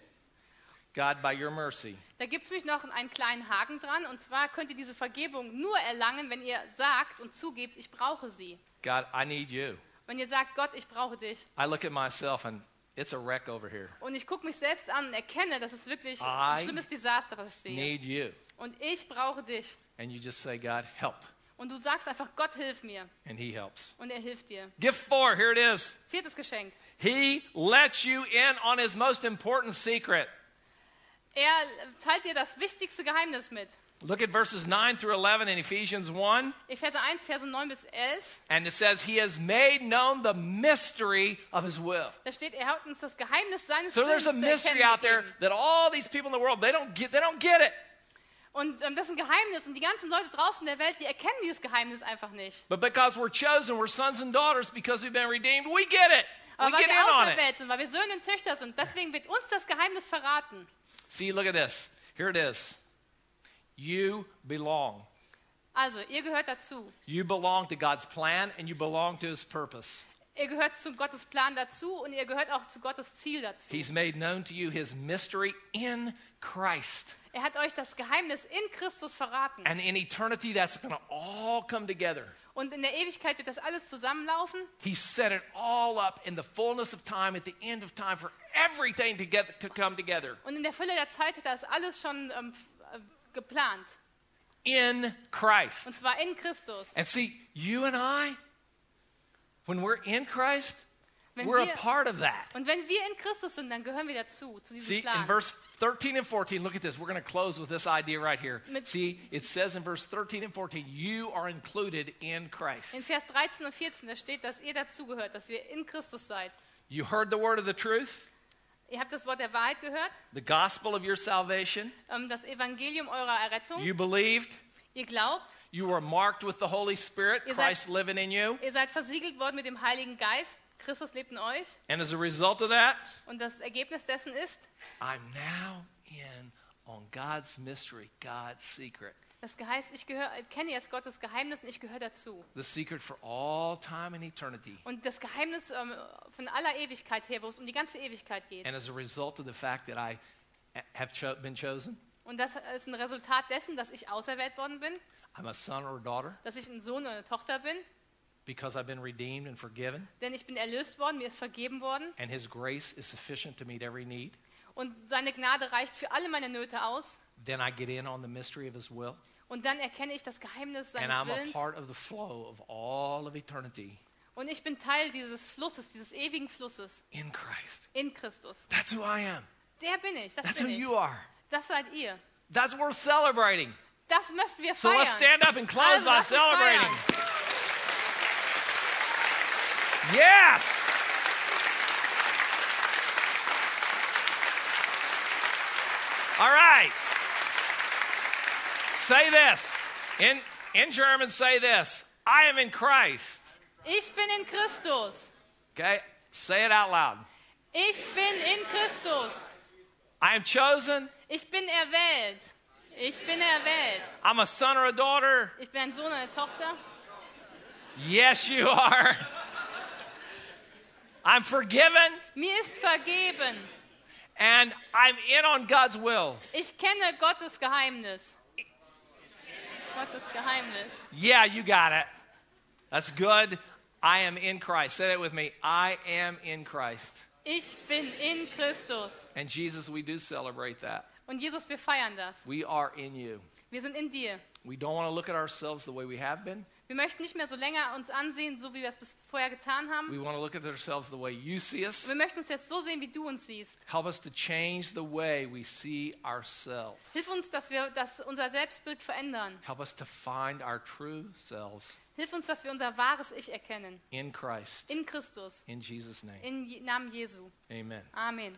Speaker 1: God, by your mercy,
Speaker 2: Da gibt es mich noch einen kleinen Haken dran. Und zwar könnt ihr diese Vergebung nur erlangen, wenn ihr sagt und zugebt, ich brauche sie.
Speaker 1: God, I need you.
Speaker 2: Wenn ihr sagt, Gott, ich brauche dich.
Speaker 1: I look at myself and it's a wreck over here.
Speaker 2: Und ich gucke mich selbst an und erkenne, das ist wirklich
Speaker 1: I
Speaker 2: ein schlimmes Desaster, was ich sehe.
Speaker 1: Need you.
Speaker 2: Und ich brauche dich.
Speaker 1: And you just say, God, help.
Speaker 2: Und du sagst einfach, Gott, hilf mir.
Speaker 1: And He helps.
Speaker 2: Und er hilft dir.
Speaker 1: Gift four, here it is.
Speaker 2: Viertes Geschenk.
Speaker 1: He lets you in on His most important secret.
Speaker 2: Er teilt dir das wichtigste Geheimnis mit.
Speaker 1: Look at verses 9 through 11 in Ephesians 1.
Speaker 2: Epheser 1, Verse 9 bis 11.
Speaker 1: And it says, He has made known the mystery of His will.
Speaker 2: Da steht, er hat uns das Geheimnis seines
Speaker 1: So
Speaker 2: Willens
Speaker 1: there's a
Speaker 2: zu erkennen
Speaker 1: mystery out there
Speaker 2: gegeben.
Speaker 1: that all these people in the world, they don't get, they don't get it.
Speaker 2: Und ähm, das ist ein Geheimnis. Und die ganzen Leute draußen in der Welt, die erkennen dieses Geheimnis einfach nicht.
Speaker 1: But because we're chosen, we're sons and daughters, because we've been redeemed, we get it. We
Speaker 2: Aber weil
Speaker 1: get
Speaker 2: wir
Speaker 1: in on it.
Speaker 2: auserwählt sind, weil wir Söhne und Töchter sind, deswegen wird uns das Geheimnis verraten.
Speaker 1: See, look at this. Here it is. You belong.
Speaker 2: Also, ihr gehört dazu.
Speaker 1: You belong to God's plan and you belong to His purpose.
Speaker 2: Ihr gehört zu Gottes Plan dazu und ihr gehört auch zu Gottes Ziel dazu.
Speaker 1: He's made known to you His mystery in Christ.
Speaker 2: Er hat euch das Geheimnis in Christus verraten.
Speaker 1: And in eternity, that's going to all come together.
Speaker 2: Und in der Ewigkeit wird das alles zusammenlaufen.
Speaker 1: He set it all up in the fullness of time, at the end of time, for everything to, get, to come together
Speaker 2: Und in der Fülle der Zeit hat er das alles schon ähm, f- äh, geplant.
Speaker 1: in Christ.
Speaker 2: Und zwar in Christus.
Speaker 1: And see, you and I, when we're in Christ,
Speaker 2: Wenn
Speaker 1: we're a
Speaker 2: wir-
Speaker 1: part of that.
Speaker 2: Und wenn wir in Christus sind, dann gehören wir dazu, zu diesem
Speaker 1: See, in
Speaker 2: Plan.
Speaker 1: verse 13 and 14, look at this. We're going to close with this idea right here.
Speaker 2: Mit-
Speaker 1: See, it says in verse 13 and 14, you are included in Christ.
Speaker 2: In Vers 13 und 14, da steht, dass ihr dazugehört, dass ihr in Christus seid.
Speaker 1: You heard the word of the truth,
Speaker 2: Ihr habt das Wort der Wahrheit gehört,
Speaker 1: the gospel of your salvation.
Speaker 2: ähm, das Evangelium eurer Errettung.
Speaker 1: You believed.
Speaker 2: Ihr glaubt,
Speaker 1: You were marked with the Holy Spirit,
Speaker 2: Ihr seid-
Speaker 1: Christ living in you.
Speaker 2: ihr seid versiegelt worden mit dem Heiligen Geist. Christus lebt in euch.
Speaker 1: And as a result of that,
Speaker 2: Und das Ergebnis dessen ist
Speaker 1: I'm now in on God's mystery, God's secret.
Speaker 2: Das heißt, ich gehöre, kenne jetzt Gottes Geheimnis und ich gehöre dazu.
Speaker 1: The secret for all time and eternity.
Speaker 2: Und das Geheimnis ähm, von aller Ewigkeit her, wo es um die ganze Ewigkeit geht.
Speaker 1: And as a result of the fact that I have cho- been chosen,
Speaker 2: Und das ist ein Resultat dessen, dass ich auserwählt worden bin,
Speaker 1: I'm a son or a daughter
Speaker 2: dass ich ein Sohn oder eine Tochter bin,
Speaker 1: because I've been redeemed and forgiven.
Speaker 2: denn ich bin erlöst worden, mir ist vergeben worden
Speaker 1: And His grace is sufficient to meet every need.
Speaker 2: und seine Gnade reicht für alle meine Nöte aus.
Speaker 1: Then I get in on the mystery of His will.
Speaker 2: Und dann erkenne ich das Geheimnis
Speaker 1: And
Speaker 2: seines
Speaker 1: I'm a
Speaker 2: Willens
Speaker 1: part of the flow of all of eternity
Speaker 2: und ich bin Teil dieses Flusses, dieses ewigen Flusses
Speaker 1: in Christ.
Speaker 2: in Christus.
Speaker 1: That's who I am.
Speaker 2: Der bin ich, das
Speaker 1: That's who
Speaker 2: bin ich.
Speaker 1: you are.
Speaker 2: Das seid ihr.
Speaker 1: That's worth celebrating.
Speaker 2: Das möchten wir
Speaker 1: So
Speaker 2: feiern.
Speaker 1: let's stand up and close
Speaker 2: Also,
Speaker 1: by
Speaker 2: lasst uns feiern.
Speaker 1: celebrating. Yes. All right. Say this. In in German say this. I am in Christ.
Speaker 2: Ich bin in Christus.
Speaker 1: Okay? Say it out loud.
Speaker 2: Ich bin in Christus.
Speaker 1: I am chosen.
Speaker 2: Ich bin erwählt. Ich bin erwählt.
Speaker 1: I'm a son or a daughter.
Speaker 2: Ich bin ein Sohn und eine Tochter.
Speaker 1: Yes, you are. I'm forgiven
Speaker 2: Mir ist vergeben.
Speaker 1: and I'm in on God's will.
Speaker 2: Ich kenne Gottes Geheimnis. Gottes Geheimnis.
Speaker 1: Yeah, you got it. That's good. I am in Christ. Say that with me. I am in Christ.
Speaker 2: Ich bin in Christus.
Speaker 1: And Jesus, we do celebrate that.
Speaker 2: Und Jesus, wir feiern das.
Speaker 1: We are in you.
Speaker 2: Wir sind in dir.
Speaker 1: We don't want to look at ourselves the way we have been.
Speaker 2: Wir möchten nicht mehr so länger uns ansehen, so wie wir es bis vorher getan haben.
Speaker 1: We want to look at ourselves the way you see us.
Speaker 2: Wir möchten uns jetzt so sehen, wie du uns siehst.
Speaker 1: Help us to change the way we see ourselves.
Speaker 2: Hilf uns, dass wir dass unser Selbstbild verändern.
Speaker 1: Help us to find our true selves
Speaker 2: Hilf uns, dass wir unser wahres Ich erkennen.
Speaker 1: in Christ.
Speaker 2: In Christus.
Speaker 1: In Jesus' name.
Speaker 2: In Je- Namen Jesu.
Speaker 1: Amen.
Speaker 2: Amen.